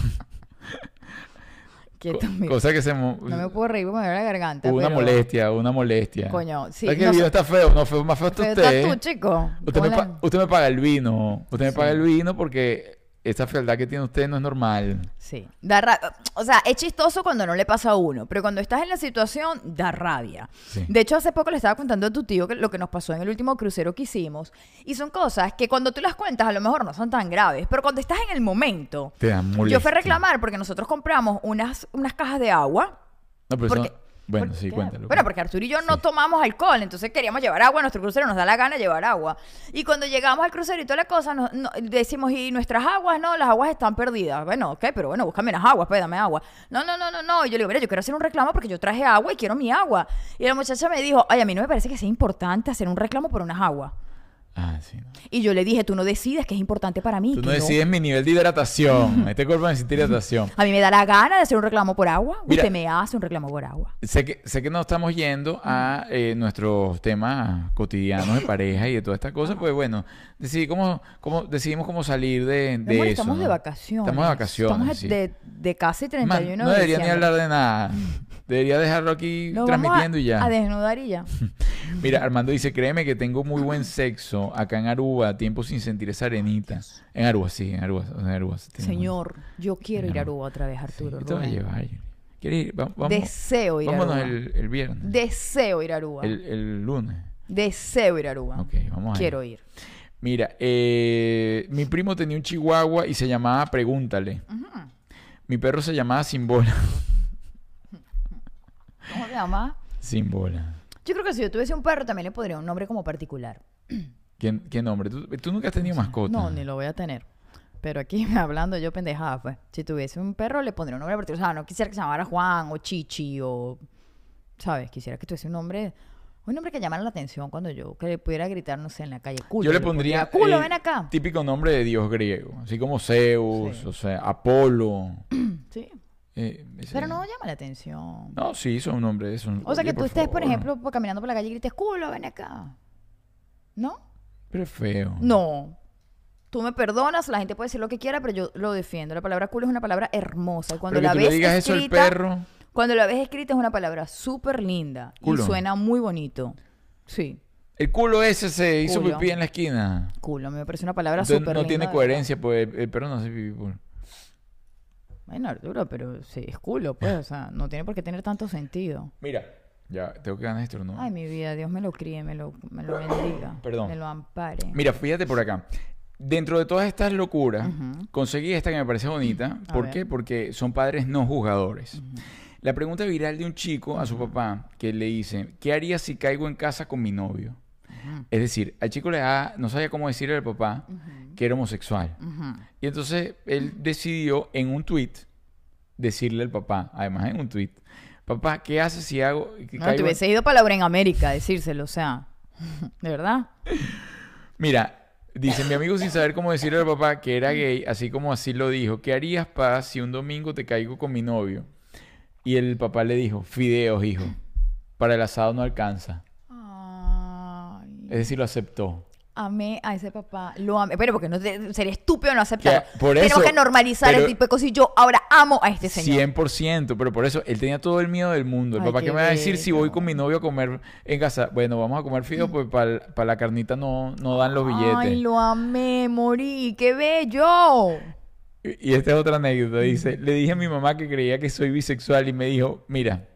Speaker 2: qué
Speaker 1: Co-
Speaker 2: estúpido.
Speaker 1: cosa que se... mo-
Speaker 2: No me puedo reír porque me duele la garganta.
Speaker 1: hubo una
Speaker 2: pero-
Speaker 1: molestia, hubo una molestia.
Speaker 2: Coño, sí.
Speaker 1: ¿Sabes que
Speaker 2: no
Speaker 1: el vino
Speaker 2: sé-
Speaker 1: está feo? No, feo, más feo está
Speaker 2: pero
Speaker 1: usted.
Speaker 2: estás tú, chico.
Speaker 1: Usted me,
Speaker 2: Hola.
Speaker 1: pa- usted me paga el vino. Usted me
Speaker 2: Sí.
Speaker 1: paga el vino porque esa fealdad que tiene usted no es normal.
Speaker 2: Sí. Da ra- o sea, es chistoso cuando no le pasa a uno, pero cuando estás en la situación, da rabia.
Speaker 1: Sí.
Speaker 2: De hecho, hace poco le estaba contando a tu tío que lo que nos pasó en el último crucero que hicimos. Y son cosas que cuando tú las cuentas, a lo mejor no son tan graves, pero cuando estás en el momento.
Speaker 1: Te da molestia.
Speaker 2: Yo fui a reclamar porque nosotros compramos unas, unas cajas de agua.
Speaker 1: No, pero eso
Speaker 2: porque-
Speaker 1: no- Bueno,
Speaker 2: ¿Por
Speaker 1: sí,
Speaker 2: qué?
Speaker 1: cuéntalo.
Speaker 2: Bueno, porque Arturo y yo no
Speaker 1: Sí.
Speaker 2: tomamos alcohol, entonces queríamos llevar agua, nuestro crucero nos da la gana llevar agua. Y cuando llegamos al crucero y toda la cosa, nos- no- decimos, y nuestras aguas, no, las aguas están perdidas. Bueno, ok, pero bueno, búscame las aguas, pues dame agua. No, no, no, no, no. Y yo le digo, mira, yo quiero hacer un reclamo porque yo traje agua y quiero mi agua. Y la muchacha me dijo, ay, a mí no me parece que sea importante hacer un reclamo por unas aguas.
Speaker 1: Ah, sí. no.
Speaker 2: Y yo le dije, tú no decides que es importante para mí.
Speaker 1: Tú
Speaker 2: que
Speaker 1: no decides mi nivel de hidratación. Este cuerpo necesita hidratación.
Speaker 2: A mí me da la gana de hacer un reclamo por agua.
Speaker 1: Mira.
Speaker 2: Usted me hace un reclamo por agua.
Speaker 1: Sé que, sé que nos estamos yendo a eh, nuestros temas cotidianos de pareja y de todas estas
Speaker 2: Ah.
Speaker 1: cosas, pues bueno, decidí cómo, cómo- decidimos cómo salir de,
Speaker 2: Mi
Speaker 1: de
Speaker 2: amor,
Speaker 1: eso.
Speaker 2: estamos de
Speaker 1: ¿no?
Speaker 2: vacaciones.
Speaker 1: Estamos de vacaciones.
Speaker 2: Estamos
Speaker 1: sí.
Speaker 2: de, de casi
Speaker 1: Es más,
Speaker 2: 31 de
Speaker 1: no debería ni
Speaker 2: diciembre.
Speaker 1: hablar de nada. Debería dejarlo aquí
Speaker 2: Nos vamos
Speaker 1: transmitiendo
Speaker 2: a,
Speaker 1: y ya.
Speaker 2: A desnudar
Speaker 1: <laughs>
Speaker 2: y ya.
Speaker 1: Mira, Armando dice, créeme que tengo muy buen sexo acá en Aruba, tiempo sin sentir esa arenita. En Aruba, sí, en Aruba. En Aruba sí tenemos-
Speaker 2: Señor, yo quiero ir
Speaker 1: Mira.
Speaker 2: a Aruba otra vez,
Speaker 1: Sí,
Speaker 2: Arturo.
Speaker 1: yo te voy a
Speaker 2: Rubén.
Speaker 1: llevar. ¿Quieres ir? Va- vamos-
Speaker 2: Deseo ir a
Speaker 1: vámonos
Speaker 2: Aruba.
Speaker 1: el, el viernes.
Speaker 2: Deseo ir a Aruba.
Speaker 1: El, el lunes.
Speaker 2: Deseo ir a Aruba.
Speaker 1: Ok, vamos a
Speaker 2: Ah. Quiero ir.
Speaker 1: Mira, eh, mi primo tenía un chihuahua y se llamaba Pregúntale. Mi perro se llamaba Sin Bola. <laughs>
Speaker 2: ¿Cómo se llama?
Speaker 1: Sin Bola.
Speaker 2: Yo creo que si yo tuviese un perro también le podría un nombre como particular.
Speaker 1: ¿Qué, qué nombre? ¿Tú, eh, tú nunca has tenido mascota?
Speaker 2: No, ni lo voy a tener. Pero aquí <laughs> hablando yo pendejada, pues. Si tuviese un perro le pondría un nombre particular. O sea, no quisiera que se llamara Juan o Chichi o... ¿Sabes? Quisiera que tuviese un nombre... Un nombre que llamara la atención cuando yo... Que le pudiera gritar, no sé, en la calle. Culo.
Speaker 1: Yo le pondría.
Speaker 2: Culo,
Speaker 1: eh,
Speaker 2: ven acá.
Speaker 1: Típico nombre de dios griego. Así como Zeus,
Speaker 2: Sí.
Speaker 1: o sea, Apolo.
Speaker 2: Sí.
Speaker 1: eh, ese-
Speaker 2: Pero no llama la atención.
Speaker 1: No, sí, son nombres. Son,
Speaker 2: o sea,
Speaker 1: oye,
Speaker 2: que tú estés, por
Speaker 1: favor.
Speaker 2: ejemplo, por- caminando por la calle y grites, culo, ven acá. ¿No?
Speaker 1: Pero es feo.
Speaker 2: No. Tú me perdonas, la gente puede decir lo que quiera, pero yo lo defiendo. La palabra culo es una palabra hermosa. Y cuando
Speaker 1: Pero que
Speaker 2: la
Speaker 1: tú
Speaker 2: ves
Speaker 1: le digas eso al
Speaker 2: escrita,
Speaker 1: perro.
Speaker 2: Cuando la ves escrita es una palabra súper linda
Speaker 1: Culo.
Speaker 2: y suena muy bonito. Sí,
Speaker 1: El culo ese se hizo
Speaker 2: Culo.
Speaker 1: pipí en la esquina.
Speaker 2: culo. Me parece una palabra
Speaker 1: Entonces,
Speaker 2: súper
Speaker 1: no
Speaker 2: linda.
Speaker 1: tiene
Speaker 2: de
Speaker 1: coherencia, pues el perro no hace pipí. pues. por-
Speaker 2: verdad. Bueno, Arturo, pero sí, es culo, pues. O sea, no tiene por qué tener tanto sentido.
Speaker 1: Mira, ya tengo que ganar esto, ¿no?
Speaker 2: Ay, mi vida, Dios me lo críe, me lo, me lo bendiga.
Speaker 1: Perdón.
Speaker 2: Me lo ampare.
Speaker 1: Mira, fíjate por acá. Dentro de todas estas locuras, conseguí esta que me parece bonita.
Speaker 2: A
Speaker 1: ¿Por
Speaker 2: ver.
Speaker 1: qué? Porque son padres no jugadores. La pregunta viral de un chico a su papá que le dice, ¿qué haría si caigo en casa con mi novio? Es decir, al chico le da, no sabía cómo decirle al papá que era homosexual.
Speaker 2: Ujú.
Speaker 1: Y entonces él decidió en un tweet decirle al papá, además en un tweet, papá, ¿qué haces si hago? que caigo
Speaker 2: No, te
Speaker 1: en-
Speaker 2: <laughs> hubiese ido palabra en América a decírselo, o sea. ¿De verdad?
Speaker 1: Mira, Dice mi amigo sin saber cómo decirle al papá que era gay, así como así lo dijo. ¿Qué harías, pa, si un domingo te caigo con mi novio? Y el papá le dijo, fideos, hijo. Para el asado no alcanza.
Speaker 2: Ay,
Speaker 1: Es decir, lo aceptó.
Speaker 2: amé a ese papá. Lo amé. Pero porque no te- sería estúpido no aceptarlo.
Speaker 1: Que- por
Speaker 2: Tenemos
Speaker 1: eso-
Speaker 2: que normalizar
Speaker 1: pero-
Speaker 2: ese tipo de cosas. Y yo ahora amo a este señor.
Speaker 1: 100%, pero por eso él tenía todo el miedo del mundo. El
Speaker 2: Ay,
Speaker 1: papá
Speaker 2: qué
Speaker 1: que me va a decir si voy
Speaker 2: bello.
Speaker 1: con mi novio a comer en casa. Bueno, vamos a comer
Speaker 2: <laughs>
Speaker 1: fideos, pues para la carnita no, no dan los billetes.
Speaker 2: Ay, lo amé, morí. ¡Qué bello!
Speaker 1: Y y esta es otra anécdota. Dice, le dije a mi mamá que creía que soy bisexual y me dijo, mira,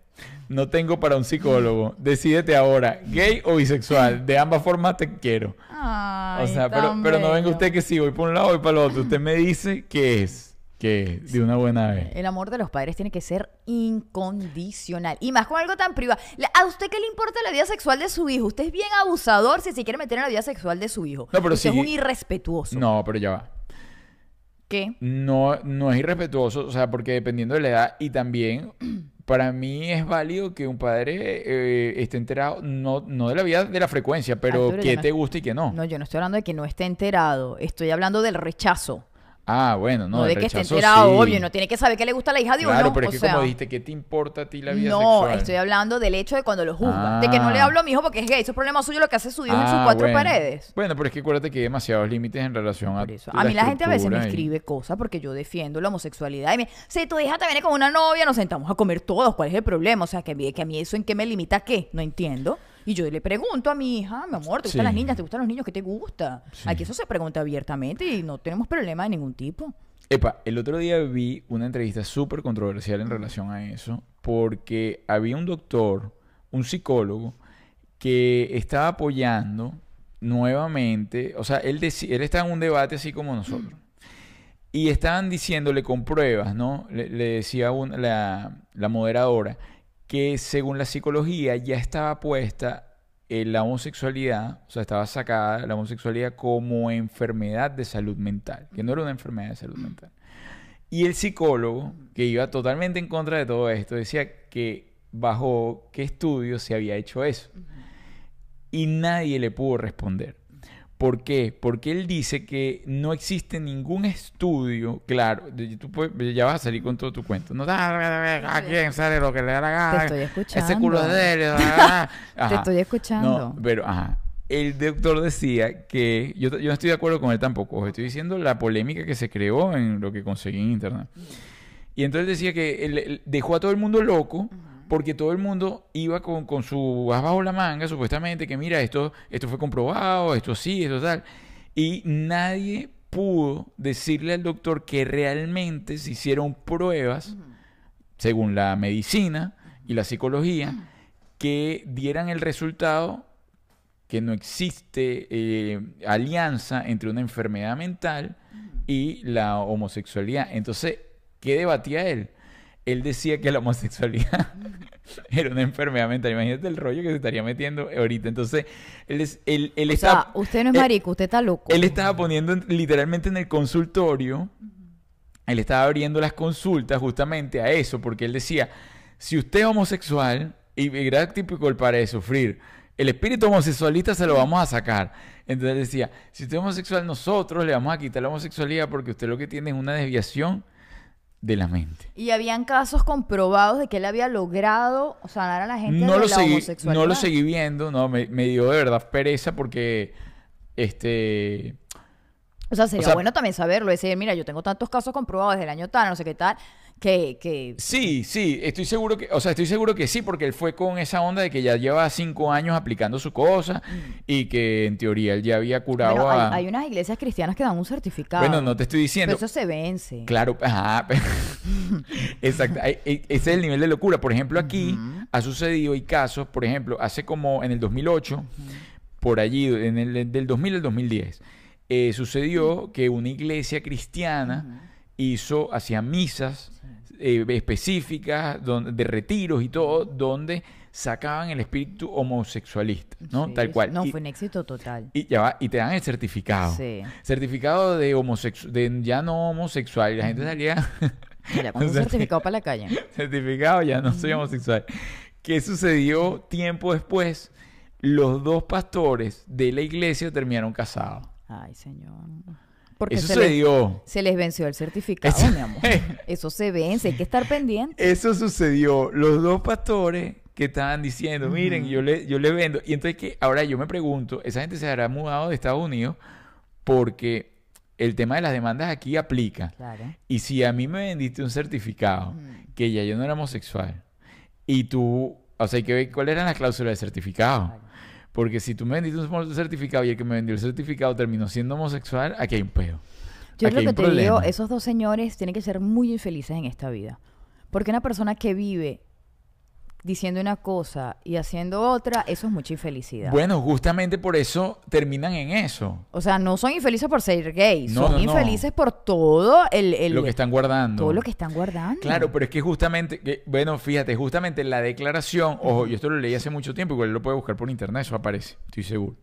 Speaker 1: no tengo para un
Speaker 2: <laughs>
Speaker 1: psicólogo. Decídete ahora, gay o bisexual. De ambas formas te quiero.
Speaker 2: Ay,
Speaker 1: o sea, pero,
Speaker 2: tan
Speaker 1: pero no venga
Speaker 2: bello.
Speaker 1: usted que sí, voy por un lado, voy para el otro. Usted me dice qué es, qué es, de una buena vez.
Speaker 2: El amor de los padres tiene que ser incondicional. Y más con algo tan privado. La- ¿A usted qué le importa la vida sexual de su hijo? Usted es bien abusador si se quiere meter en la vida sexual de su hijo.
Speaker 1: No, pero
Speaker 2: usted
Speaker 1: sí-
Speaker 2: es un irrespetuoso.
Speaker 1: No, pero ya va.
Speaker 2: ¿Qué?
Speaker 1: No, no es irrespetuoso, o sea, porque dependiendo de la edad y
Speaker 2: <clears throat>
Speaker 1: también para mí es válido que un padre eh, esté enterado, no, no de la vida de la frecuencia, pero
Speaker 2: Arturo, ya
Speaker 1: qué
Speaker 2: no-
Speaker 1: te gusta y qué no.
Speaker 2: No, yo no estoy hablando de que no esté enterado. Estoy hablando del rechazo.
Speaker 1: Ah, bueno,
Speaker 2: No,
Speaker 1: no,
Speaker 2: de
Speaker 1: el
Speaker 2: que esté
Speaker 1: rechazo
Speaker 2: enterado,
Speaker 1: sí.
Speaker 2: obvio. No tiene que saber qué le gusta a la hija de uno.
Speaker 1: Claro, pero
Speaker 2: o
Speaker 1: es que
Speaker 2: sea,
Speaker 1: como dijiste, ¿qué te importa a ti la vida
Speaker 2: No,
Speaker 1: sexual?
Speaker 2: estoy hablando del hecho de cuando lo juzgan. De que no le
Speaker 1: Ah.
Speaker 2: hablo a mi hijo porque es gay. Eso es problema suyo lo que hace su hijo en sus
Speaker 1: Ah,
Speaker 2: cuatro
Speaker 1: bueno.
Speaker 2: paredes.
Speaker 1: Bueno, pero es que acuérdate que hay demasiados límites en relación a
Speaker 2: Por eso. A mí la gente a veces me escribe cosas porque yo defiendo la homosexualidad. Y me si tu hija te viene con una novia, nos sentamos a comer todos. ¿Cuál es el problema? O sea, que, a mí- que a mí eso en qué me limita, ¿qué? No entiendo. Y yo le pregunto a mi hija, mi amor, ¿te gustan
Speaker 1: Sí.
Speaker 2: las niñas? ¿Te gustan los niños? ¿Qué te gusta?
Speaker 1: Sí.
Speaker 2: Aquí eso se pregunta abiertamente y no tenemos problema de ningún tipo.
Speaker 1: Epa, el otro día vi una entrevista súper controversial en relación a eso, porque había un doctor, un psicólogo, que estaba apoyando nuevamente, o sea, él, deci- él estaba en un debate así como nosotros. Y estaban diciéndole con pruebas, ¿no? Le, le decía un- la, la moderadora que según la psicología ya estaba puesta eh, la homosexualidad, o sea, estaba sacada la homosexualidad como enfermedad de salud mental, que no era una enfermedad de salud mental. Y el psicólogo, que iba totalmente en contra de todo esto, decía que bajo qué estudio se había hecho eso. Y nadie le pudo responder. ¿Por qué? Porque él dice que no existe ningún estudio, claro, de- tú puedes- ya vas a salir con todo tu cuento. No, a quién sale lo que le da la gana.
Speaker 2: Te estoy escuchando.
Speaker 1: Ese culo es de él.
Speaker 2: <laughs>
Speaker 1: ah,
Speaker 2: Te
Speaker 1: ajá.
Speaker 2: estoy escuchando.
Speaker 1: No, pero, ajá. El doctor decía que. Yo, yo no estoy de acuerdo con él tampoco. Os estoy diciendo la polémica que se creó en lo que conseguí en internet. Y entonces decía que él- él dejó a todo el mundo loco. Porque todo el mundo iba con, con su as bajo la manga, supuestamente, que mira, esto, esto fue comprobado, esto sí, esto tal. Y nadie pudo decirle al doctor que realmente se hicieron pruebas según la medicina y la psicología, que dieran el resultado que no existe eh, alianza entre una enfermedad mental y la homosexualidad. Entonces, ¿qué debatía él? Él decía que la homosexualidad <laughs> era una enfermedad mental. Imagínate el rollo que se estaría metiendo ahorita. Entonces, él, es, él, él
Speaker 2: o
Speaker 1: está...
Speaker 2: sea, usted no es
Speaker 1: él-
Speaker 2: marico, usted está loco.
Speaker 1: eh, él estaba poniendo en- literalmente en el consultorio, él estaba abriendo las consultas justamente a eso, porque él decía, si usted es homosexual, y era típico el padre de sufrir, el espíritu homosexualista se lo vamos a sacar. Entonces él decía, si usted es homosexual, nosotros le vamos a quitar la homosexualidad porque usted lo que tiene es una desviación de la mente.
Speaker 2: Y habían casos comprobados de que él había logrado sanar a la gente
Speaker 1: No
Speaker 2: de
Speaker 1: lo,
Speaker 2: la
Speaker 1: seguí,
Speaker 2: homosexualidad.
Speaker 1: no lo seguí viendo, no, me, me dio de verdad pereza porque, este,
Speaker 2: O sea, sería
Speaker 1: O sea-
Speaker 2: bueno también saberlo. Decir, mira, yo tengo tantos casos comprobados desde el año tal, no sé qué tal, que... que...
Speaker 1: Sí, sí, estoy seguro que, o sea, estoy seguro que sí, porque él fue con esa onda de que ya lleva cinco años aplicando su cosa y que en teoría él ya había curado
Speaker 2: Mm. Bueno,
Speaker 1: a-
Speaker 2: hay, hay unas iglesias cristianas que dan un certificado.
Speaker 1: Bueno, no te estoy
Speaker 2: Pero
Speaker 1: diciendo.
Speaker 2: eso se vence.
Speaker 1: Claro, ajá, <laughs> pero- exacto. Ay, e- Ese es el nivel de locura. Por ejemplo, aquí ha sucedido, hay casos, por ejemplo, hace como en el 2008, por allí, en el, del 2000 al 2010, eh, sucedió que una iglesia cristiana hizo, hacía misas eh, específicas, don- de retiros y todo, donde sacaban el espíritu homosexualista, ¿no?
Speaker 2: Sí,
Speaker 1: Tal cual.
Speaker 2: No,
Speaker 1: Y-
Speaker 2: fue un éxito total.
Speaker 1: y ya va, y te dan el certificado.
Speaker 2: Sí.
Speaker 1: Certificado de homosexual, de ya no homosexual. Y la gente salía <laughs>
Speaker 2: Mira, con un
Speaker 1: O sea,
Speaker 2: certificado para la calle.
Speaker 1: certificado, ya no soy homosexual. ¿Qué sucedió tiempo después? Los dos pastores de la iglesia terminaron casados.
Speaker 2: Ay, señor. Porque
Speaker 1: Eso
Speaker 2: se, les, <laughs>
Speaker 1: sucedió.
Speaker 2: se les venció el certificado,
Speaker 1: Eso-
Speaker 2: mi amor. Eso se vence, hay que estar pendiente.
Speaker 1: Eso sucedió. Los dos pastores que estaban diciendo, miren, yo, le, yo le vendo. Y entonces que ahora yo me pregunto, esa gente se habrá mudado de Estados Unidos porque el tema de las demandas aquí aplica.
Speaker 2: Claro. Mm.
Speaker 1: Y si a mí me vendiste un certificado que ya yo no era homosexual y tú, o sea, hay que ver cuáles eran las cláusulas del certificado.
Speaker 2: Claro.
Speaker 1: Porque si tú me vendiste un certificado y el que me vendió el certificado terminó siendo homosexual, aquí hay un pedo.
Speaker 2: Yo
Speaker 1: Aquí
Speaker 2: lo
Speaker 1: hay
Speaker 2: que
Speaker 1: un
Speaker 2: te digo,
Speaker 1: problema.
Speaker 2: esos dos señores tienen que ser muy infelices en esta vida. Porque una persona que vive diciendo una cosa y haciendo otra, eso es mucha infelicidad.
Speaker 1: Bueno, justamente por eso terminan en eso.
Speaker 2: o sea, no son infelices por ser gays,
Speaker 1: No,
Speaker 2: son
Speaker 1: no, no.
Speaker 2: infelices por todo el, el-
Speaker 1: lo que están guardando.
Speaker 2: todo lo que están guardando.
Speaker 1: Claro, pero es que justamente, que- bueno, fíjate, justamente la declaración, ojo, yo esto lo leí hace mucho tiempo, igual lo puede buscar por internet, eso aparece, estoy seguro.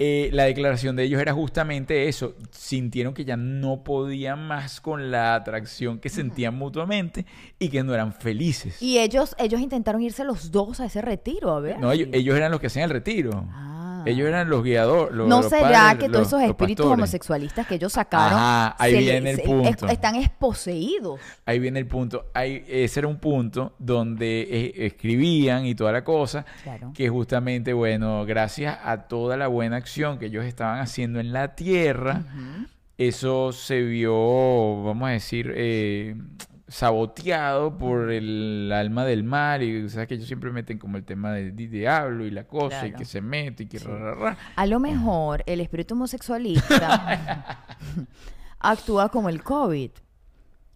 Speaker 1: Eh, la declaración de ellos era justamente eso, sintieron que ya no podían más con la atracción que sentían mutuamente y que no eran felices.
Speaker 2: Y ellos, ellos intentaron irse los dos a ese retiro, a ver.
Speaker 1: No, ellos, ellos eran los que hacían el retiro.
Speaker 2: Ah.
Speaker 1: Ellos eran los guiadores. Los,
Speaker 2: ¿No
Speaker 1: los
Speaker 2: será
Speaker 1: padres,
Speaker 2: que
Speaker 1: los-
Speaker 2: todos esos
Speaker 1: los
Speaker 2: espíritus
Speaker 1: pastores.
Speaker 2: homosexualistas que ellos sacaron
Speaker 1: Ajá, ahí
Speaker 2: se le-
Speaker 1: viene el
Speaker 2: se-
Speaker 1: punto.
Speaker 2: están exposeídos?
Speaker 1: Ahí viene el punto. Ahí, ese era un punto donde eh, escribían y toda la cosa.
Speaker 2: Claro.
Speaker 1: Que justamente, bueno, gracias a toda la buena acción que ellos estaban haciendo en la tierra,
Speaker 2: Ujú.
Speaker 1: eso se vio, vamos a decir, eh, saboteado por el alma del mal. Y sabes que ellos siempre meten como el tema del di- diablo y la cosa, y
Speaker 2: Claro.
Speaker 1: que se mete y que
Speaker 2: Sí.
Speaker 1: ra, ra, ra.
Speaker 2: A lo mejor el espíritu homosexualista
Speaker 1: <laughs>
Speaker 2: actúa como el COVID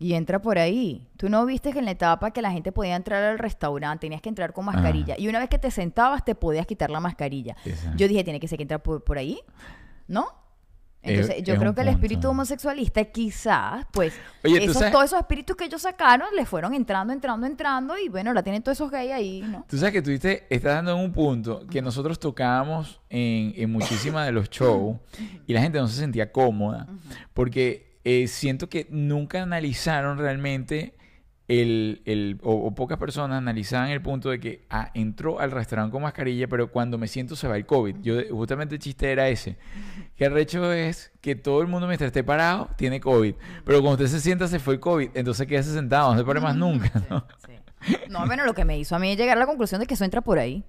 Speaker 2: y entra por ahí. Tú no viste que en la etapa que la gente podía entrar al restaurante, tenías que entrar con
Speaker 1: Ah.
Speaker 2: mascarilla. Y una vez que te sentabas, te podías quitar la mascarilla.
Speaker 1: Exacto.
Speaker 2: Yo dije, tiene que ser que entra por, por ahí, ¿no?
Speaker 1: Es-
Speaker 2: Entonces, yo
Speaker 1: es
Speaker 2: creo
Speaker 1: un
Speaker 2: que el espíritu
Speaker 1: punto.
Speaker 2: homosexualista quizás, pues,
Speaker 1: Oye, ¿tú
Speaker 2: esos-
Speaker 1: sabes-
Speaker 2: todos esos espíritus que ellos sacaron les fueron entrando, entrando, entrando y bueno, ahora tienen todos esos gays ahí, ¿no?
Speaker 1: Tú sabes que tú diste- estás dando en un punto que nosotros tocábamos en, en muchísimas de los shows y la gente no se sentía cómoda porque eh, siento que nunca analizaron realmente el, el- o, o pocas personas analizaban el punto de que ah, entró al restaurante con mascarilla, pero cuando me siento se va el COVID. Yo justamente el chiste era ese. Que el recho es que todo el mundo mientras esté parado tiene COVID, pero cuando usted se sienta se fue el COVID, entonces quédese sentado, no se pare más nunca,
Speaker 2: Mm,
Speaker 1: ¿no?
Speaker 2: No, bueno, lo que me hizo a mí llegar a la conclusión de que eso entra por ahí.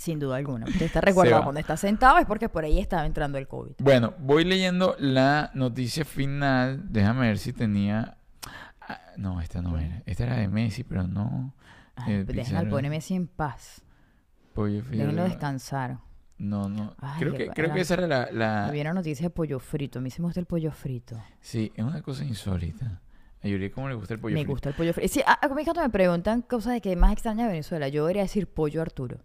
Speaker 2: Sin duda alguna. Usted está
Speaker 1: Se
Speaker 2: resguardado
Speaker 1: va.
Speaker 2: cuando está sentado, es porque por ahí estaba entrando el COVID.
Speaker 1: Bueno, voy leyendo la noticia final. Déjame ver si tenía. Ah, No, esta no era. Esta era de Messi, pero no.
Speaker 2: Ay,
Speaker 1: Eh,
Speaker 2: Dejen al
Speaker 1: Pizarro.
Speaker 2: pobre Messi en paz.
Speaker 1: Pollo frito.
Speaker 2: Déjenlo descansar.
Speaker 1: No, no.
Speaker 2: Ay,
Speaker 1: creo
Speaker 2: qué
Speaker 1: que,
Speaker 2: va-
Speaker 1: creo
Speaker 2: era-
Speaker 1: que esa era la, la-
Speaker 2: Me vieron noticias de pollo frito. A mí se me gusta el pollo frito.
Speaker 1: Sí, es una cosa insólita. A Yuri, ¿cómo le gusta el pollo
Speaker 2: me
Speaker 1: frito?
Speaker 2: gusta el pollo frito. Sí, a, a mí cuando me preguntan cosas de que más extraña de Venezuela, yo debería decir pollo Arturo.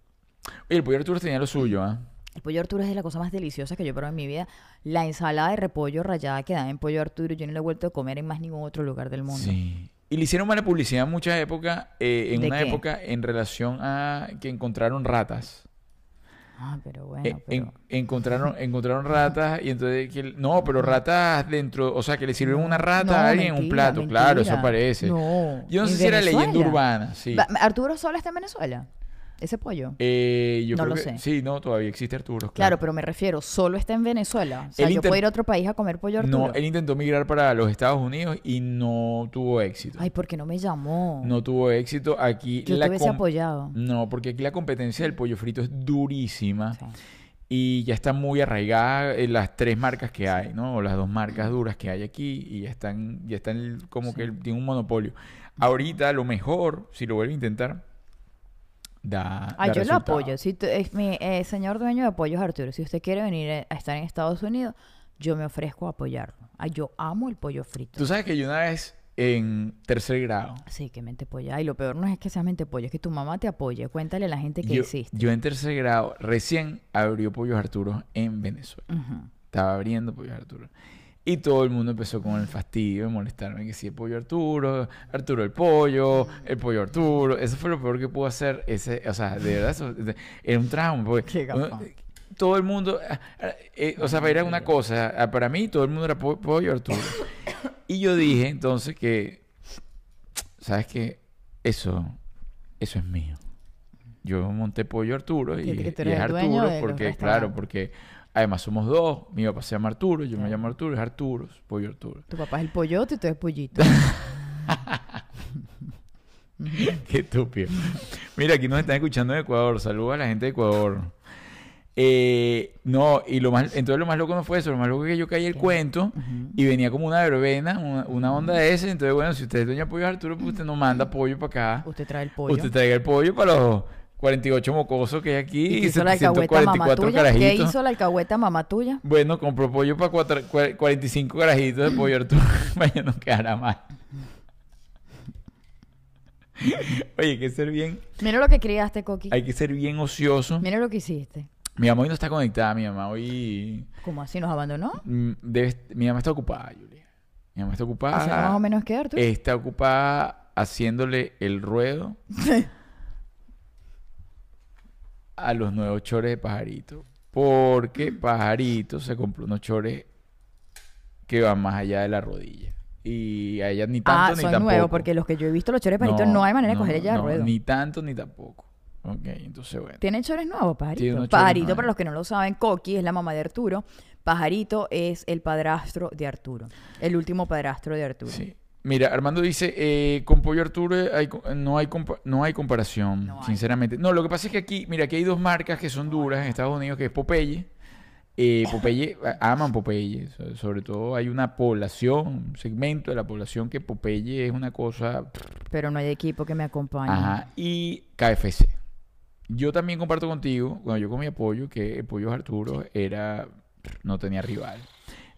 Speaker 1: Oye, el pollo Arturo tenía lo suyo, ¿ah?
Speaker 2: El pollo Arturo es de la cosa más deliciosa que yo he probado en mi vida. La ensalada de repollo rallada que dan en pollo Arturo, yo no la he vuelto a comer en más ningún otro lugar del mundo.
Speaker 1: Sí. Y le hicieron mala publicidad en muchas épocas, eh, en
Speaker 2: ¿De
Speaker 1: una
Speaker 2: qué?
Speaker 1: época en relación a que encontraron ratas.
Speaker 2: Ah, pero bueno.
Speaker 1: Eh,
Speaker 2: pero...
Speaker 1: en- encontraron, encontraron ratas y entonces que el- no, pero ratas dentro, o sea que le sirven una rata
Speaker 2: No,
Speaker 1: a alguien en un
Speaker 2: mentira,
Speaker 1: plato, claro, eso
Speaker 2: mentira.
Speaker 1: aparece.
Speaker 2: No,
Speaker 1: Yo no
Speaker 2: ¿en
Speaker 1: sé si era
Speaker 2: Venezuela?
Speaker 1: leyenda urbana, sí.
Speaker 2: Va- Arturo Sola está en Venezuela. Ese pollo.
Speaker 1: Eh, yo
Speaker 2: No
Speaker 1: creo
Speaker 2: lo
Speaker 1: que-
Speaker 2: sé.
Speaker 1: Sí, no, todavía existe Arturo.
Speaker 2: Claro, pero me refiero, solo está en Venezuela. O sea,
Speaker 1: Él
Speaker 2: yo
Speaker 1: inter-
Speaker 2: puedo ir a otro país a comer pollo Arturo.
Speaker 1: No, él intentó migrar para los Estados Unidos y no tuvo éxito.
Speaker 2: Ay, ¿por qué no me llamó?
Speaker 1: No tuvo éxito aquí.
Speaker 2: yo
Speaker 1: la
Speaker 2: te hubiese
Speaker 1: com-
Speaker 2: apoyado.
Speaker 1: No, porque aquí la competencia del pollo frito es durísima.
Speaker 2: Sí.
Speaker 1: y ya está muy arraigada en las tres marcas que hay, ¿no? O las dos marcas duras que hay aquí y ya están, ya están como que tiene un monopolio. Ahorita a lo mejor, si lo vuelve a intentar, da.
Speaker 2: Ay,
Speaker 1: da
Speaker 2: Ah, yo lo
Speaker 1: resultado.
Speaker 2: apoyo. Si tú- eh, mi eh, señor dueño de pollos Arturo, si usted quiere venir eh, a estar en Estados Unidos, yo me ofrezco a apoyarlo. Ay, yo amo el pollo frito.
Speaker 1: Tú sabes que yo una vez en tercer grado.
Speaker 2: Sí, que mente polla. Y lo peor no es que sea mente polla, es que tu mamá te apoye. Cuéntale a la gente que
Speaker 1: yo,
Speaker 2: hiciste.
Speaker 1: yo en tercer grado recién abrió Pollos Arturo en Venezuela.
Speaker 2: Ujú.
Speaker 1: Estaba abriendo Pollo Arturo. Y todo el mundo empezó con el fastidio de molestarme que si el pollo Arturo, Arturo el pollo, el pollo Arturo. Eso fue lo peor que pudo hacer. Ese, o sea, de verdad, eso, de- era un trauma. porque
Speaker 2: Qué gafón.
Speaker 1: uno- todo el mundo, ah, ah, eh, o sea, era una cosa. ah, Para mí, todo el mundo era po- pollo Arturo. Y yo dije entonces que, ¿sabes qué? Eso, eso es mío. Yo monté pollo Arturo y,
Speaker 2: Que- que tú
Speaker 1: y
Speaker 2: eres
Speaker 1: es
Speaker 2: el dueño
Speaker 1: Arturo
Speaker 2: de los
Speaker 1: porque,
Speaker 2: restaurantes.
Speaker 1: claro, porque Además, somos dos. Mi papá se llama Arturo, yo me llamo Arturo, es Arturo, es pollo Arturo. <laughs>
Speaker 2: Tu papá es el pollote y tú eres pollito.
Speaker 1: Qué estúpido. Mira, aquí nos están escuchando en Ecuador. Saludos a la gente de Ecuador. Eh, no, y lo más, entonces lo más loco no fue eso, lo más loco es que yo caí el cuento y venía como una verbena, una, una onda de ese. Entonces, bueno, si usted es doña Pollo Arturo, pues usted no manda pollo para acá.
Speaker 2: Usted trae el pollo.
Speaker 1: Usted traiga el pollo para los 48 mocosos que hay aquí
Speaker 2: ¿Y
Speaker 1: y,
Speaker 2: qué hizo la alcahueta mamá
Speaker 1: 744
Speaker 2: tuya? ¿Qué
Speaker 1: carajitos.
Speaker 2: hizo la alcahueta mamá tuya?
Speaker 1: Bueno, compró pollo para cuatra- cua- 45 carajitos de pollo
Speaker 2: <laughs>
Speaker 1: Arturo. <laughs> Vaya, no quedará mal. <laughs> Oye, hay que ser bien,
Speaker 2: Mira lo que criaste, Coqui.
Speaker 1: hay que ser bien ocioso.
Speaker 2: Mira lo que hiciste.
Speaker 1: Mi mamá hoy no está conectada, mi mamá hoy
Speaker 2: ¿Cómo así? ¿Nos abandonó?
Speaker 1: mm, debe est- mi mamá está ocupada, Julia. Mi mamá está ocupada.
Speaker 2: ¿Hace más o menos qué, Arturo?
Speaker 1: Está ocupada haciéndole el
Speaker 2: <laughs>
Speaker 1: ruedo a los nuevos chores de Pajarito. Porque Pajarito se compró unos chores que van más allá de la rodilla. Y a ella ni tanto
Speaker 2: ah,
Speaker 1: ni
Speaker 2: son
Speaker 1: tampoco.
Speaker 2: nuevos, porque los que yo he visto, los chores de pajaritos, no, hay manera de
Speaker 1: no,
Speaker 2: coger ella de
Speaker 1: no,
Speaker 2: ruedo.
Speaker 1: Ni tanto ni tampoco. Ok, entonces bueno.
Speaker 2: Tienen chores nuevos, pajarito.
Speaker 1: Tiene unos chores
Speaker 2: pajarito,
Speaker 1: nuevos.
Speaker 2: para los que no lo saben, Coqui es la mamá de Arturo. Pajarito es el padrastro de Arturo. El último padrastro de Arturo.
Speaker 1: Sí. Mira, Armando dice, eh, con Pollo Arturo hay co- no, hay compa- no hay comparación,
Speaker 2: No hay.
Speaker 1: sinceramente. No, lo que pasa es que aquí, mira, aquí hay dos marcas que son duras en Estados Unidos, que es Popeye.
Speaker 2: <laughs>
Speaker 1: Eh, Popeye, a- aman Popeye. So- Sobre todo hay una población, un segmento de la población que Popeye es una cosa...
Speaker 2: Pero no hay equipo que me acompañe.
Speaker 1: Ajá. Y KFC. Yo también comparto contigo, cuando yo comía pollo, que el pollo Arturo era... no tenía rival.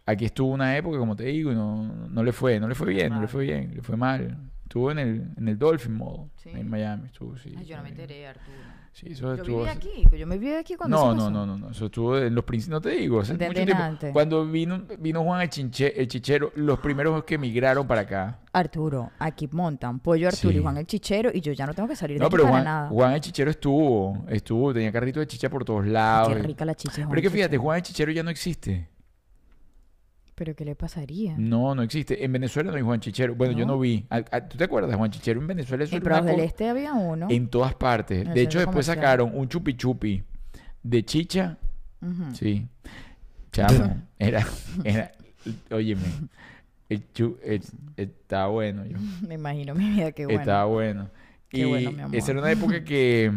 Speaker 1: Aquí estuvo una época, como te digo, y no, no le fue, no le fue bien, no le
Speaker 2: Mal.
Speaker 1: fue bien, le fue mal. Estuvo en el, en el Dolphin Mall,
Speaker 2: Sí.
Speaker 1: en Miami, estuvo, sí.
Speaker 2: Ay, yo no me
Speaker 1: también.
Speaker 2: enteré, Arturo.
Speaker 1: Sí, eso
Speaker 2: Yo
Speaker 1: estuvo...
Speaker 2: viví
Speaker 1: hace-
Speaker 2: aquí. Yo me viví aquí cuando
Speaker 1: no,
Speaker 2: eso
Speaker 1: no,
Speaker 2: pasó.
Speaker 1: no, no, no, eso estuvo en los principios, no te digo, hace
Speaker 2: Desde
Speaker 1: mucho tiempo.
Speaker 2: antes. Ah.
Speaker 1: Cuando vino, vino Juan el, Chinche- el Chichero, los primeros que emigraron para acá.
Speaker 2: Arturo, aquí montan pollo Arturo
Speaker 1: Sí.
Speaker 2: y Juan el Chichero y yo ya no tengo que salir de
Speaker 1: No,
Speaker 2: aquí
Speaker 1: pero
Speaker 2: para
Speaker 1: Juan,
Speaker 2: nada.
Speaker 1: Juan el Chichero estuvo, estuvo, tenía carrito de chicha por todos
Speaker 2: Ay,
Speaker 1: lados.
Speaker 2: Qué rica la chicha. de Juan
Speaker 1: eh. Pero es
Speaker 2: el
Speaker 1: que fíjate,
Speaker 2: Chichero.
Speaker 1: Juan el Chichero ya no existe.
Speaker 2: Pero ¿qué le pasaría?
Speaker 1: Mm, No, no existe. En Venezuela no hay Juan Chichero. Bueno, yo
Speaker 2: No.
Speaker 1: no vi. Ah, ah, ¿Tú te acuerdas? Juan Chichero en Venezuela eso
Speaker 2: En
Speaker 1: era una
Speaker 2: Prados del
Speaker 1: cosa-
Speaker 2: Este había uno.
Speaker 1: En todas partes.
Speaker 2: En el
Speaker 1: de hecho,
Speaker 2: centro
Speaker 1: después
Speaker 2: comercial.
Speaker 1: sacaron un chupi chupi de chicha.
Speaker 2: Ujú. <laughs>
Speaker 1: Sí. Chamo. era, era. Óyeme. El chu- el- está bueno. Yo.
Speaker 2: Me imagino mi vida, qué bueno.
Speaker 1: Estaba bueno.
Speaker 2: Qué
Speaker 1: y
Speaker 2: bueno, mi amor.
Speaker 1: esa era una época
Speaker 2: <laughs>
Speaker 1: que.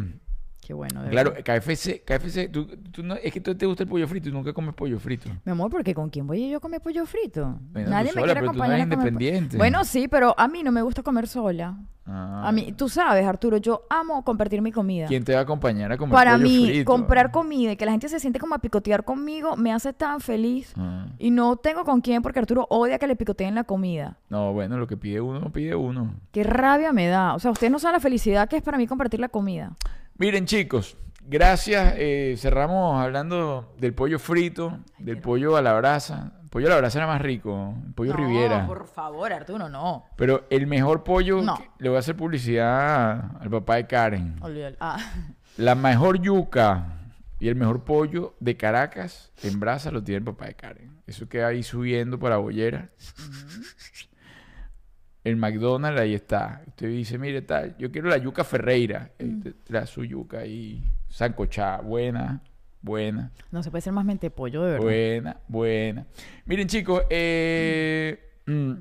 Speaker 2: Qué bueno. de
Speaker 1: claro,
Speaker 2: verdad.
Speaker 1: KFC. KFC. Tú, tú no, es que tú te gusta el pollo frito y nunca comes pollo frito.
Speaker 2: Mi amor, porque ¿con quién voy yo a comer pollo frito?
Speaker 1: Bueno, tú
Speaker 2: Nadie me
Speaker 1: sola, pero
Speaker 2: quiere
Speaker 1: tú no
Speaker 2: acompañar.
Speaker 1: eres
Speaker 2: a comer po-
Speaker 1: independiente.
Speaker 2: Bueno, sí, pero a mí no me gusta comer sola.
Speaker 1: Ah.
Speaker 2: A mí, tú sabes, Arturo, yo amo compartir mi comida.
Speaker 1: ¿Quién te va a acompañar a comer
Speaker 2: Para
Speaker 1: pollo
Speaker 2: mí,
Speaker 1: frito?
Speaker 2: comprar comida y que la gente se siente como a picotear conmigo me hace tan feliz.
Speaker 1: Ah.
Speaker 2: Y no tengo con quién porque Arturo odia que le picoteen la comida.
Speaker 1: No, bueno, lo que pide uno, no pide uno.
Speaker 2: Qué rabia me da. O sea, ustedes no saben la felicidad que es para mí compartir la comida.
Speaker 1: Miren, chicos, gracias. eh, cerramos hablando del pollo frito, del pollo a la brasa. El pollo a la brasa era más rico, el pollo Riviera.
Speaker 2: favor, Arturo, no.
Speaker 1: Pero el mejor pollo,
Speaker 2: No.
Speaker 1: que- le voy a hacer publicidad al papá de Karen.
Speaker 2: Olvídalo. Ah. <laughs>
Speaker 1: La mejor yuca y el mejor pollo de Caracas en brasa lo tiene el papá de Karen. Eso queda ahí subiendo para Bollera. El McDonald's ahí está. Usted dice, mire tal, yo quiero la yuca Ferreira. Eh, te Trae su yuca ahí, sancochada, buena, buena.
Speaker 2: No se puede ser más mentepollo, de verdad.
Speaker 1: Buena, buena. Miren, chicos, eh, mm,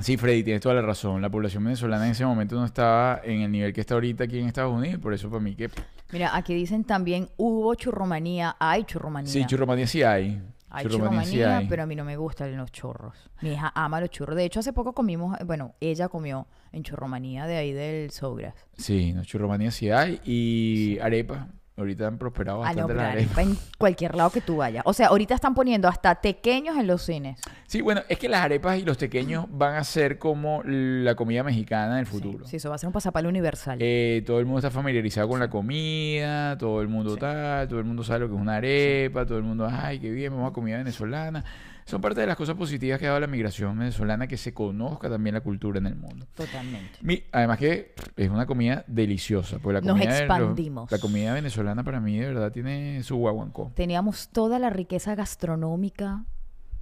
Speaker 1: sí, Freddy, tienes toda la razón. La población venezolana en ese momento no estaba en el nivel que está ahorita aquí en Estados Unidos. y Por eso, para mí, que
Speaker 2: Mira, aquí dicen también hubo churromanía. Hay churromanía.
Speaker 1: sí, churromanía sí hay.
Speaker 2: Hay churromanía, pero a mí no me gustan los churros. Mi hija ama los churros. De hecho, hace poco comimos, eh, bueno, ella comió en churromanía de ahí del Sogras.
Speaker 1: Sí, no, churromanía sí hay. Y arepa. Ahorita han prosperado
Speaker 2: A
Speaker 1: bastante las
Speaker 2: nombrar
Speaker 1: arepas.
Speaker 2: en cualquier lado que tú vayas. O sea, ahorita están poniendo hasta tequeños en los cines.
Speaker 1: Sí, bueno, es que las arepas y los tequeños van a ser como la comida mexicana en el futuro.
Speaker 2: Sí, eso va a ser un pasapalo universal.
Speaker 1: Eh, todo el mundo está familiarizado con la comida, todo el mundo tal, todo el mundo sabe lo que es una arepa, todo el mundo, ay, qué bien, vamos a comida venezolana. Son parte de las cosas positivas que ha dado la migración venezolana, que se conozca también la cultura en el mundo.
Speaker 2: Totalmente.
Speaker 1: Mi- además que es una comida deliciosa, porque la
Speaker 2: Nos
Speaker 1: comida de los-
Speaker 2: expandimos.
Speaker 1: la comida venezolana para mí de verdad tiene su guaguancó.
Speaker 2: Teníamos toda la riqueza gastronómica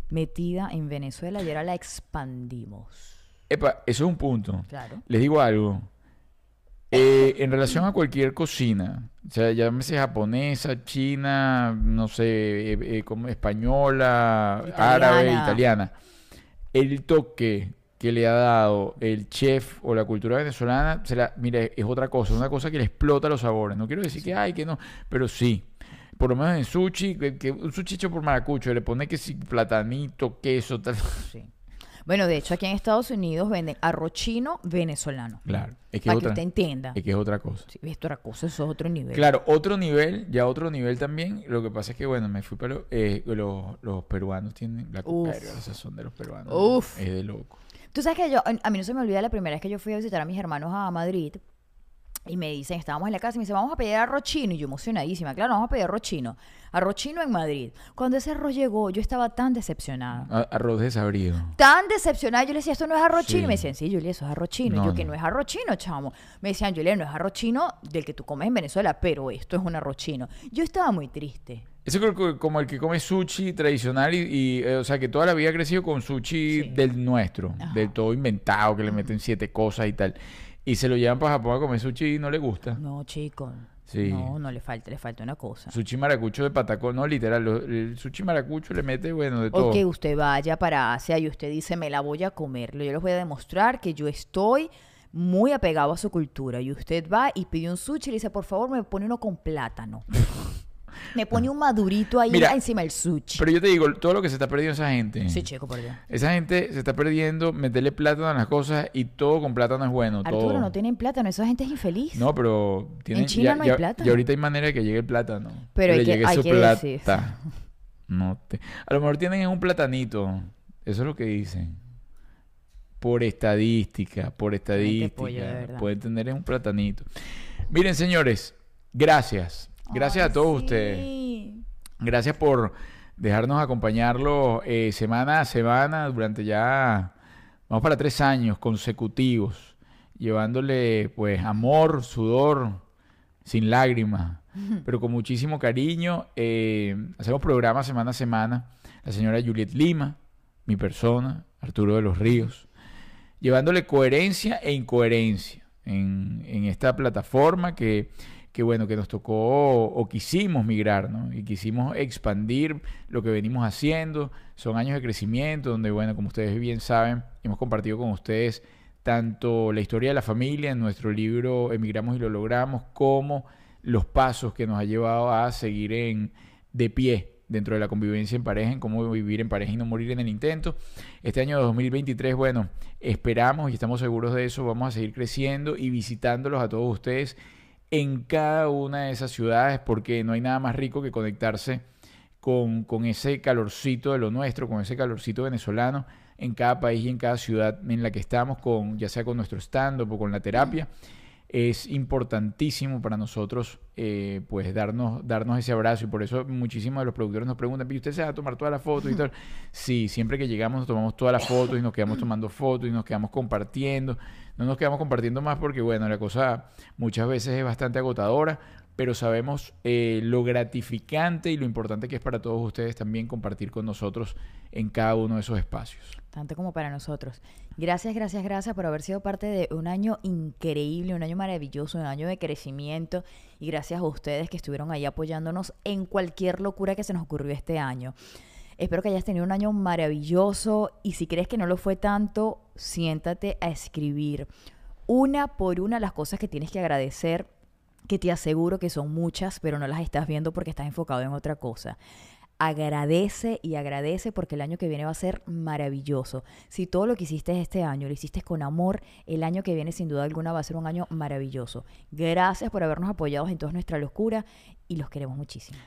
Speaker 2: metida en Venezuela y ahora la expandimos.
Speaker 1: Epa, eso es un punto.
Speaker 2: Claro.
Speaker 1: Les digo algo. Eh, en relación a cualquier cocina, o sea, llámese japonesa, china, no sé, eh, eh, como española,
Speaker 2: Italiana.
Speaker 1: árabe, italiana, el toque que le ha dado el chef o la cultura venezolana, se la, mira, es otra cosa, una cosa que le explota los sabores. No quiero decir que ay, que no, pero sí. Por lo menos en sushi, que, que un sushi hecho por maracucho, le pone que sí, platanito, queso, tal. <laughs>
Speaker 2: Sí. Bueno, de hecho, aquí en Estados Unidos venden arroz chino venezolano.
Speaker 1: Claro, es que es
Speaker 2: para que
Speaker 1: otra,
Speaker 2: usted entienda.
Speaker 1: es que es otra cosa.
Speaker 2: Sí, esto era cosa, eso es otro nivel.
Speaker 1: Claro, otro nivel, ya otro nivel también. Lo que pasa es que, bueno, me fui pero eh, los, los peruanos tienen la
Speaker 2: Uf.
Speaker 1: culpa son de los peruanos.
Speaker 2: Uf.
Speaker 1: Es de loco.
Speaker 2: Tú sabes que yo, a mí no se me olvida la primera vez que yo fui a visitar a mis hermanos a Madrid y me dicen, estábamos en la casa y me dicen, vamos a pedir arroz chino. Y yo emocionadísima, claro, vamos a pedir arroz chino. Arroz chino en Madrid. Cuando ese arroz llegó, yo estaba tan decepcionada.
Speaker 1: A- Arroz desabrido.
Speaker 2: Tan decepcionada, yo le decía, esto no es arroz
Speaker 1: Sí.
Speaker 2: chino. Y me decían, sí, Julia, eso es arroz chino.
Speaker 1: No,
Speaker 2: y yo, que
Speaker 1: no.
Speaker 2: no es arroz chino, chamo. Me decían, Julia, no es arroz chino del que tú comes en Venezuela, pero esto es un arroz chino. Yo estaba muy triste.
Speaker 1: Eso creo que como el que come sushi tradicional y, y, eh, o sea, que toda la vida ha crecido con sushi
Speaker 2: Sí.
Speaker 1: del nuestro,
Speaker 2: Ajá.
Speaker 1: del todo inventado, que le meten siete cosas y tal. Y se lo llevan para Japón a comer sushi y no le gusta.
Speaker 2: No, chico.
Speaker 1: Sí.
Speaker 2: No, no le falta, le falta una cosa.
Speaker 1: Sushi maracucho de patacón, no, literal. lo- el sushi maracucho le mete, bueno, de todo.
Speaker 2: O que usted vaya para Asia y usted dice, me la voy a comer. Yo les voy a demostrar que yo estoy muy apegado a su cultura. Y usted va y pide un sushi y le dice, por favor, me pone uno con plátano.
Speaker 1: <laughs>
Speaker 2: me pone un madurito ahí
Speaker 1: Mira,
Speaker 2: encima del sushi.
Speaker 1: Pero yo te digo, todo lo que se está perdiendo esa gente.
Speaker 2: Sí, chico, por Dios.
Speaker 1: Esa gente se está perdiendo meterle plátano a las cosas y todo con plátano es bueno.
Speaker 2: Arturo,
Speaker 1: todo.
Speaker 2: no tienen plátano. Esa gente es infeliz.
Speaker 1: No, pero tienen,
Speaker 2: En China no hay plátano.
Speaker 1: Y ahorita hay manera de que llegue el plátano.
Speaker 2: Pero hay
Speaker 1: le
Speaker 2: que-
Speaker 1: llegue
Speaker 2: hay
Speaker 1: su
Speaker 2: que
Speaker 1: plata.
Speaker 2: decir.
Speaker 1: No te- A lo mejor tienen un platanito. Eso es lo que dicen. Por estadística, por
Speaker 2: Gente
Speaker 1: estadística.
Speaker 2: pollo, de verdad.
Speaker 1: pueden tener un platanito. Miren, señores, gracias. Gracias
Speaker 2: Ay,
Speaker 1: a todos
Speaker 2: sí.
Speaker 1: ustedes. Gracias por dejarnos acompañarlo eh, semana a semana durante ya, vamos para tres años consecutivos, llevándole pues amor, sudor, sin lágrimas, pero con muchísimo cariño. Eh, hacemos programas semana a semana. La señora Juliet Lima, mi persona, Arturo de los Ríos, llevándole coherencia e incoherencia en, en esta plataforma que que bueno, que nos tocó o, quisimos migrar, ¿no? Y quisimos expandir lo que venimos haciendo. Son años de crecimiento donde, bueno, como ustedes bien saben, hemos compartido con ustedes tanto la historia de la familia en nuestro libro Emigramos y lo logramos, como los pasos que nos ha llevado a seguir en, de pie dentro de la convivencia en pareja, en cómo vivir en pareja y no morir en el intento. Este año 2023, bueno, esperamos y estamos seguros de eso, vamos a seguir creciendo y visitándolos a todos ustedes en cada una de esas ciudades porque no hay nada más rico que conectarse con, con ese calorcito de lo nuestro, con ese calorcito venezolano en cada país y en cada ciudad en la que estamos, con, ya sea con nuestro stand-up o con la terapia. Es importantísimo para nosotros eh, pues darnos, darnos ese abrazo y por eso muchísimos de los productores nos preguntan, ¿y usted se va a tomar todas las fotos y tal? Sí, siempre que llegamos nos tomamos todas las fotos y nos quedamos tomando fotos y nos quedamos compartiendo. No nos quedamos compartiendo más porque, bueno, la cosa muchas veces es bastante agotadora, pero sabemos eh, lo gratificante y lo importante que es para todos ustedes también compartir con nosotros en cada uno de esos espacios.
Speaker 2: tanto como para nosotros. Gracias, gracias, gracias por haber sido parte de un año increíble, un año maravilloso, un año de crecimiento y gracias a ustedes que estuvieron ahí apoyándonos en cualquier locura que se nos ocurrió este año. Espero que hayas tenido un año maravilloso y si crees que no lo fue tanto, siéntate a escribir una por una las cosas que tienes que agradecer, que te aseguro que son muchas, pero no las estás viendo porque estás enfocado en otra cosa. Agradece y agradece porque el año que viene va a ser maravilloso. Si todo lo que hiciste este año lo hiciste con amor, el año que viene sin duda alguna va a ser un año maravilloso. Gracias por habernos apoyado en toda nuestra locura y los queremos muchísimo.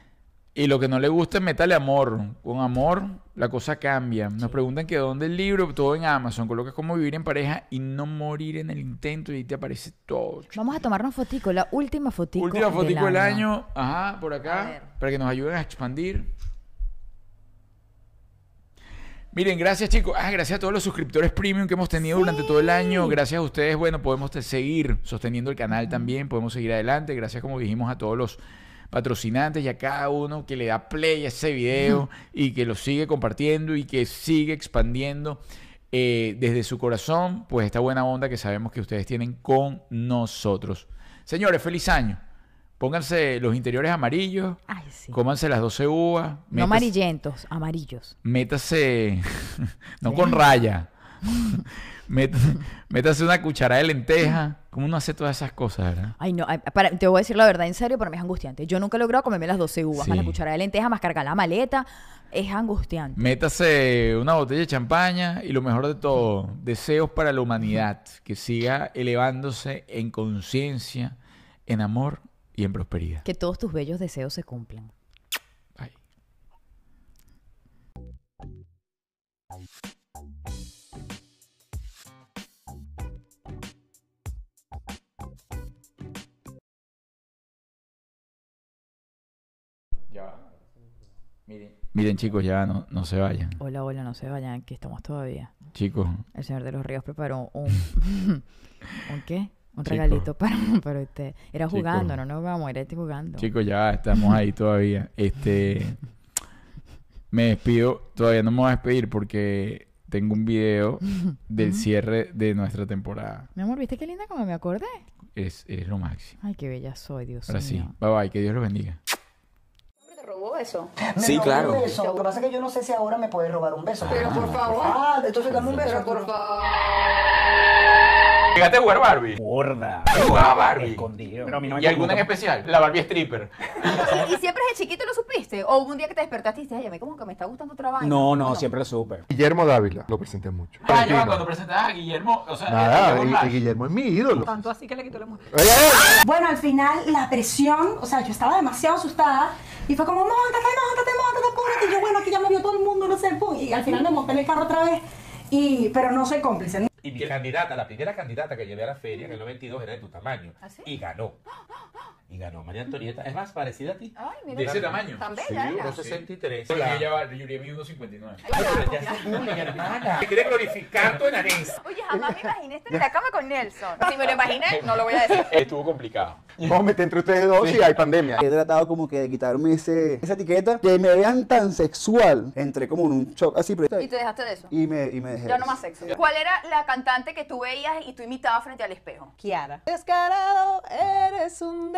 Speaker 1: Y lo que no le gusta, métale amor. Con amor, la cosa cambia. Nos preguntan que dónde el libro, todo en Amazon. Colocas cómo vivir en pareja y no morir en el intento y ahí te aparece todo. chico.
Speaker 2: Vamos a tomarnos fotico, la última fotico.
Speaker 1: Última fotico del
Speaker 2: del
Speaker 1: año. Ajá, por
Speaker 2: A ver.
Speaker 1: acá. Para que nos ayuden a expandir. Miren, gracias chicos. Ah, gracias a todos los suscriptores premium que hemos tenido durante todo el año. Gracias a ustedes, bueno, podemos te- seguir sosteniendo el canal también. Podemos seguir adelante. Gracias, como dijimos, a todos los patrocinantes y a cada uno que le da play a ese video y que lo sigue compartiendo y que sigue expandiendo eh, desde su corazón, pues esta buena onda que sabemos que ustedes tienen con nosotros. Señores, feliz año. Pónganse los interiores amarillos,
Speaker 2: Ay, sí.
Speaker 1: cómanse las 12 uvas.
Speaker 2: No
Speaker 1: métanse-
Speaker 2: amarillentos, amarillos.
Speaker 1: métase, <laughs> no con
Speaker 2: <laughs>
Speaker 1: raya, <laughs> Mét- métase una cucharada de lenteja. ¿Cómo uno hace todas esas cosas, verdad?
Speaker 2: Ay, no, ay, para- te voy a decir la verdad, en serio, para mí es angustiante. Yo nunca he logrado comerme las 12 uvas, más la
Speaker 1: Sí.
Speaker 2: cuchara de lenteja, más cargar la maleta. Es angustiante.
Speaker 1: Métase una botella de champaña y lo mejor de todo, deseos para la humanidad, que siga elevándose en conciencia, en amor y en prosperidad.
Speaker 2: Que todos tus bellos deseos se cumplan.
Speaker 1: Bye. Ya va. Miren, miren chicos, ya no, no se vayan.
Speaker 2: Hola, hola, no se vayan, que estamos todavía.
Speaker 1: Chicos,
Speaker 2: El Señor de los Ríos preparó
Speaker 1: <laughs>
Speaker 2: un... ¿Un qué? Un
Speaker 1: Chico.
Speaker 2: regalito para, <laughs> para usted. Era
Speaker 1: Chico.
Speaker 2: jugando, no nos vamos, era este jugando.
Speaker 1: chicos, ya va, estamos <laughs> ahí todavía. Este, me despido, todavía no me voy a despedir porque tengo un video del cierre de nuestra temporada.
Speaker 2: Mi amor, ¿viste qué linda como me acordé?
Speaker 1: Es, es lo máximo.
Speaker 2: Ay, qué bella soy, Dios
Speaker 1: Ahora sí.
Speaker 2: mío.
Speaker 1: Bye bye. Que Dios los bendiga.
Speaker 3: te robó eso.
Speaker 4: Me
Speaker 5: Sí,
Speaker 4: robó
Speaker 5: claro.
Speaker 4: un beso. Lo que pasa es que yo no sé si ahora me puede robar un beso.
Speaker 3: Pero por favor.
Speaker 4: Ah, entonces dame un beso.
Speaker 3: <laughs> Pero por favor.
Speaker 1: Llegaste a jugar Barbie.
Speaker 6: Gorda.
Speaker 1: Jugaba Barbie.
Speaker 6: Escondido. Pero a mí no me
Speaker 1: ¿Y alguna en especial? La Barbie stripper.
Speaker 3: ¿Y, y siempre de chiquito lo supiste? ¿O hubo un día que te despertaste y dijiste, ay, a mí como que me está gustando otra vaina?
Speaker 6: No, no, siempre lo supe.
Speaker 5: Guillermo Dávila, lo presenté mucho.
Speaker 1: Ah, ya, cuando presentabas a Guillermo, o sea, a
Speaker 5: Nada,
Speaker 1: Guillermo
Speaker 5: y-
Speaker 1: Blas.
Speaker 5: y Guillermo es mi ídolo.
Speaker 3: Tanto así que le quitó la mujer.
Speaker 5: ¡Ey, ey!
Speaker 7: Bueno, al final la presión, o sea, yo estaba demasiado asustada y fue como, montate, montate, montate, apúrate. Y yo, bueno, aquí ya me vio todo el mundo, no sé, pum. Y al final me monté en el carro otra vez, y, pero no soy cómplice. ¿no?
Speaker 8: Y mi candidata, la primera candidata que llevé a la feria en el 92 era de tu tamaño.
Speaker 3: ¿Ah, sí?
Speaker 8: Y ganó. Y ganó María Antonieta. Es más parecida a ti.
Speaker 3: Ay, mira.
Speaker 1: De ese tamaño.
Speaker 3: Tan
Speaker 8: Sí,
Speaker 3: bella, era.
Speaker 8: 63.
Speaker 1: Ella va, Yuri, a mí 1.59.
Speaker 8: Ya
Speaker 6: <laughs>
Speaker 8: es una hermana. Te quiere glorificar tu enarenza.
Speaker 3: Oye, jamás me imaginé estar en la cama con Nelson. Si me lo imaginé, no lo voy a decir.
Speaker 6: <laughs>
Speaker 1: Estuvo complicado.
Speaker 5: Vamos a meter entre ustedes dos y hay pandemia.
Speaker 9: He tratado como que de quitarme ese, esa etiqueta, que me vean tan sexual. Entré como en un shock así, pero...
Speaker 3: Y te dejaste de eso.
Speaker 9: Y me, y me dejé.
Speaker 3: Ya no más sexo. ¿Cuál era la cantante que tú veías y tú imitabas frente al espejo?
Speaker 7: Kiara.
Speaker 10: Descarado, eres un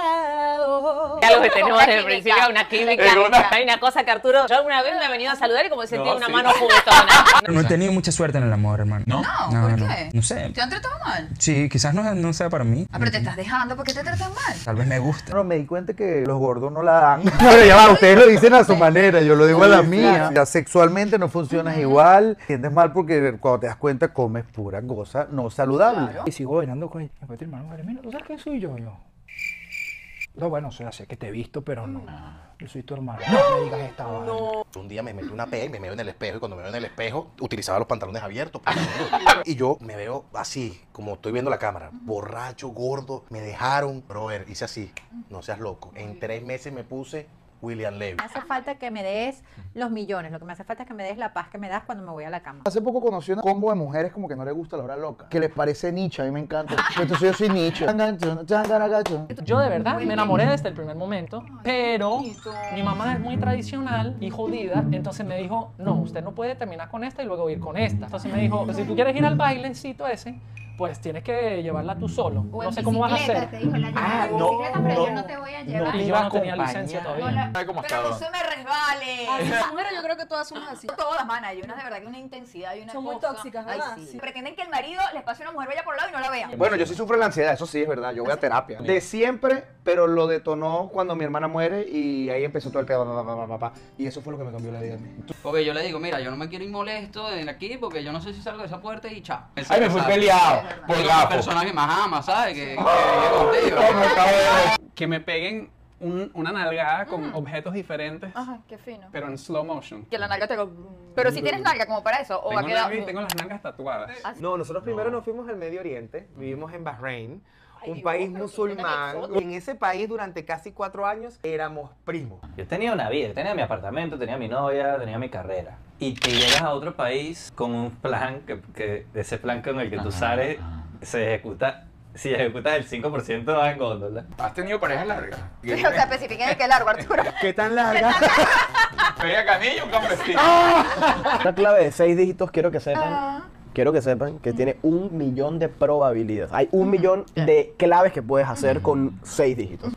Speaker 10: descarado.
Speaker 11: Ya los que tenemos
Speaker 3: Una
Speaker 11: desde el
Speaker 3: química.
Speaker 11: principio, una química. Hay una cosa que Arturo, yo alguna vez me ha venido a saludar y como sentí una mano juguetona.
Speaker 10: <laughs>
Speaker 6: No he tenido mucha suerte en el amor, hermano.
Speaker 1: ¿No?
Speaker 11: No,
Speaker 6: ¿por no. qué? No sé.
Speaker 3: ¿Te han tratado mal?
Speaker 6: Sí, quizás no, no sea para mí.
Speaker 3: Ah, pero te estás dejando, ¿por qué te tratan mal?
Speaker 6: Tal vez me guste.
Speaker 9: me di cuenta que los gordos no la dan.
Speaker 5: <laughs> Pero ya va, ustedes lo dicen a su manera, yo lo digo a la mía. Ya sexualmente no funcionas igual, sientes mal porque cuando te das cuenta comes pura cosa no saludable.
Speaker 6: Y sigo bailando con ella. Me hermano, madre, mira, ¿tú sabes quién soy yo? Yo. No, bueno, o sea, sé que te he visto, pero no. Yo soy tu hermano. No me digas esta vaina.
Speaker 12: Un día me metí una pea y me veo en el espejo. Y cuando me veo en el espejo, utilizaba los pantalones abiertos. y yo me veo así, como estoy viendo la cámara. Borracho, gordo. Me dejaron. Brother, hice así. No seas loco. En tres meses me puse William Levy.
Speaker 3: ¿Ah,
Speaker 10: Me hace falta que me des los millones. Lo que me hace falta es que me des la paz que me das cuando me voy a la cama.
Speaker 4: Hace poco conocí un combo de mujeres como que no le gusta la hora loca. Que les parece nicho, a mí me
Speaker 5: <laughs>
Speaker 4: encanta. Entonces yo soy nicho.
Speaker 11: Yo de verdad me enamoré desde el primer momento, pero mi mamá es muy tradicional y jodida, entonces me dijo, no, usted no puede terminar con esta y luego ir con esta. Entonces me dijo, si tú quieres ir al bailecito ese, pues tienes que llevarla tú solo.
Speaker 3: O en
Speaker 11: No sé cómo vas a
Speaker 3: bicicleta,
Speaker 11: hacer.
Speaker 3: Te dijo, la llevas
Speaker 8: Ah,
Speaker 3: en
Speaker 8: no,
Speaker 3: bicicleta, pero yo
Speaker 8: no,
Speaker 3: no te voy a
Speaker 8: no
Speaker 3: llevar.
Speaker 8: te
Speaker 11: Y yo
Speaker 8: iba
Speaker 11: no
Speaker 8: a
Speaker 11: tenía
Speaker 8: acompañar.
Speaker 11: licencia
Speaker 3: No
Speaker 11: todavía.
Speaker 3: la-
Speaker 1: ¿Sabe cómo
Speaker 3: pero
Speaker 1: está,
Speaker 3: no
Speaker 1: don?
Speaker 3: se me
Speaker 7: Ah,
Speaker 3: resbale.
Speaker 10: Las mujeres yo creo que todas somos así.
Speaker 3: Todas, mana, hay unas de verdad que una intensidad y una
Speaker 10: Son muy
Speaker 3: cosa.
Speaker 10: tóxicas,
Speaker 3: Ay,
Speaker 10: ¿verdad?
Speaker 3: sí.
Speaker 10: Sí.
Speaker 3: Pretenden que el marido les pase una mujer bella por lado y no la vean.
Speaker 4: Bueno, yo sí sufro la ansiedad, eso sí es verdad, yo voy a terapia. De siempre, pero lo detonó cuando mi hermana muere y ahí empezó todo el pedo. pa, pa, pa, pa, pa. Y eso fue lo que me cambió la vida a mí.
Speaker 10: Porque yo le digo, mira, yo no me quiero ir molesto de aquí porque yo no sé si salgo de esa puerta y chao.
Speaker 1: Ay, me fui peleado por gafo.
Speaker 10: persona que más ama, ¿sabes? Que,
Speaker 6: Que me peguen una nalgada con objetos diferentes,
Speaker 7: Ah.
Speaker 3: Ajá, qué fino.
Speaker 6: pero en slow motion.
Speaker 3: Que la nalga te haga- Pero si tienes nalga como para eso,
Speaker 7: Oh,
Speaker 3: o va a quedar. <laughs>
Speaker 6: las nalgas tatuadas.
Speaker 4: No, nosotros primero nos fuimos al Medio Oriente, vivimos en Bahrein,
Speaker 3: Ay,
Speaker 4: un
Speaker 3: Dios,
Speaker 4: país
Speaker 3: pero qué tan
Speaker 4: musulmán.
Speaker 3: exótico.
Speaker 4: En ese país durante casi cuatro años éramos primos.
Speaker 10: Yo tenía una vida, yo tenía mi apartamento, tenía mi novia, tenía mi carrera. Y te llegas a otro país con un plan, que, que ese plan con el que tú sales se ejecuta, si ejecutas el 5% va en góndola.
Speaker 1: ¿Has tenido parejas largas?
Speaker 3: O sea, especifiquen el que es largo, Arturo.
Speaker 4: ¿Qué tan larga?
Speaker 1: ¿Feria Canillo o campesino?
Speaker 6: Una clave de seis dígitos quiero que sepan
Speaker 5: quiero que sepan que tiene un millón de probabilidades. Hay un millón de claves que puedes hacer con seis dígitos.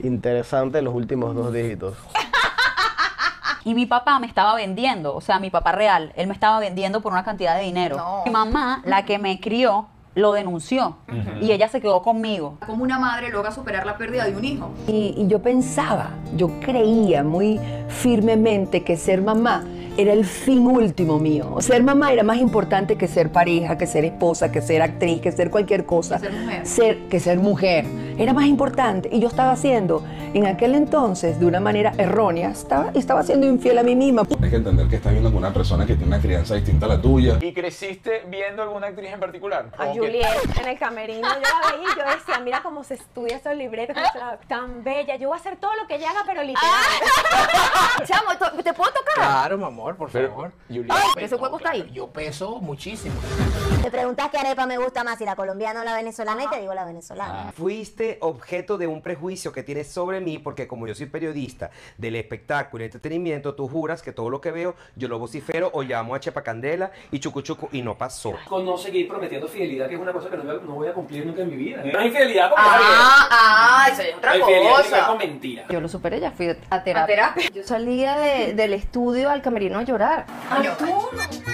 Speaker 5: Interesante los últimos dos dígitos.
Speaker 3: Y mi papá me estaba vendiendo, o sea, mi papá real, él me estaba vendiendo por una cantidad de dinero. Mi mamá, la que me crió, lo denunció
Speaker 13: Ujú.
Speaker 3: y ella se quedó conmigo.
Speaker 13: Como una madre logra superar la pérdida de un hijo.
Speaker 14: Y, y yo pensaba, yo creía muy firmemente que ser mamá era el fin último mío. Ser mamá era más importante que ser pareja, que ser esposa, que ser actriz, que ser cualquier cosa.
Speaker 13: ser mujer.
Speaker 14: Ser- que ser mujer. Era más importante. Y yo estaba haciendo, en aquel entonces, de una manera errónea, estaba, estaba siendo infiel a mí misma.
Speaker 15: Tienes que entender que estás viendo con una persona que tiene una crianza distinta a la tuya.
Speaker 1: ¿Y creciste viendo alguna actriz en particular?
Speaker 7: A Juliet en el camerino, yo la veía y yo decía, mira cómo se estudia esos libretos, cómo se la- tan bella, yo voy a hacer todo lo que ella haga, pero literal.
Speaker 16: Ah.
Speaker 17: Chamo, to- ¿te puedo tocar?
Speaker 18: Claro, mi amor, por favor.
Speaker 17: Ay, ese hueco está ahí.
Speaker 18: Yo peso muchísimo.
Speaker 16: Te preguntas qué arepa me gusta más, si la colombiana o la venezolana, y te digo la venezolana.
Speaker 19: Fuiste objeto de un prejuicio que tienes sobre mí porque como yo soy periodista del espectáculo y entretenimiento, tú juras que todo lo que veo yo lo vocifero o llamo a Chepa Candela y chucuchuco y no pasó.
Speaker 20: Con no seguir prometiendo fidelidad, que es una cosa que no, voy a- no voy a cumplir nunca en mi vida. No es infidelidad como
Speaker 13: Ah, ah, eso es otra
Speaker 20: La infidelidad tiene que ver
Speaker 13: cosa.
Speaker 20: con mentira.
Speaker 7: Yo lo superé, ya fui a terapia.
Speaker 13: terapia?
Speaker 7: Yo salía de- del estudio al camerino a llorar.
Speaker 13: ¿A tú?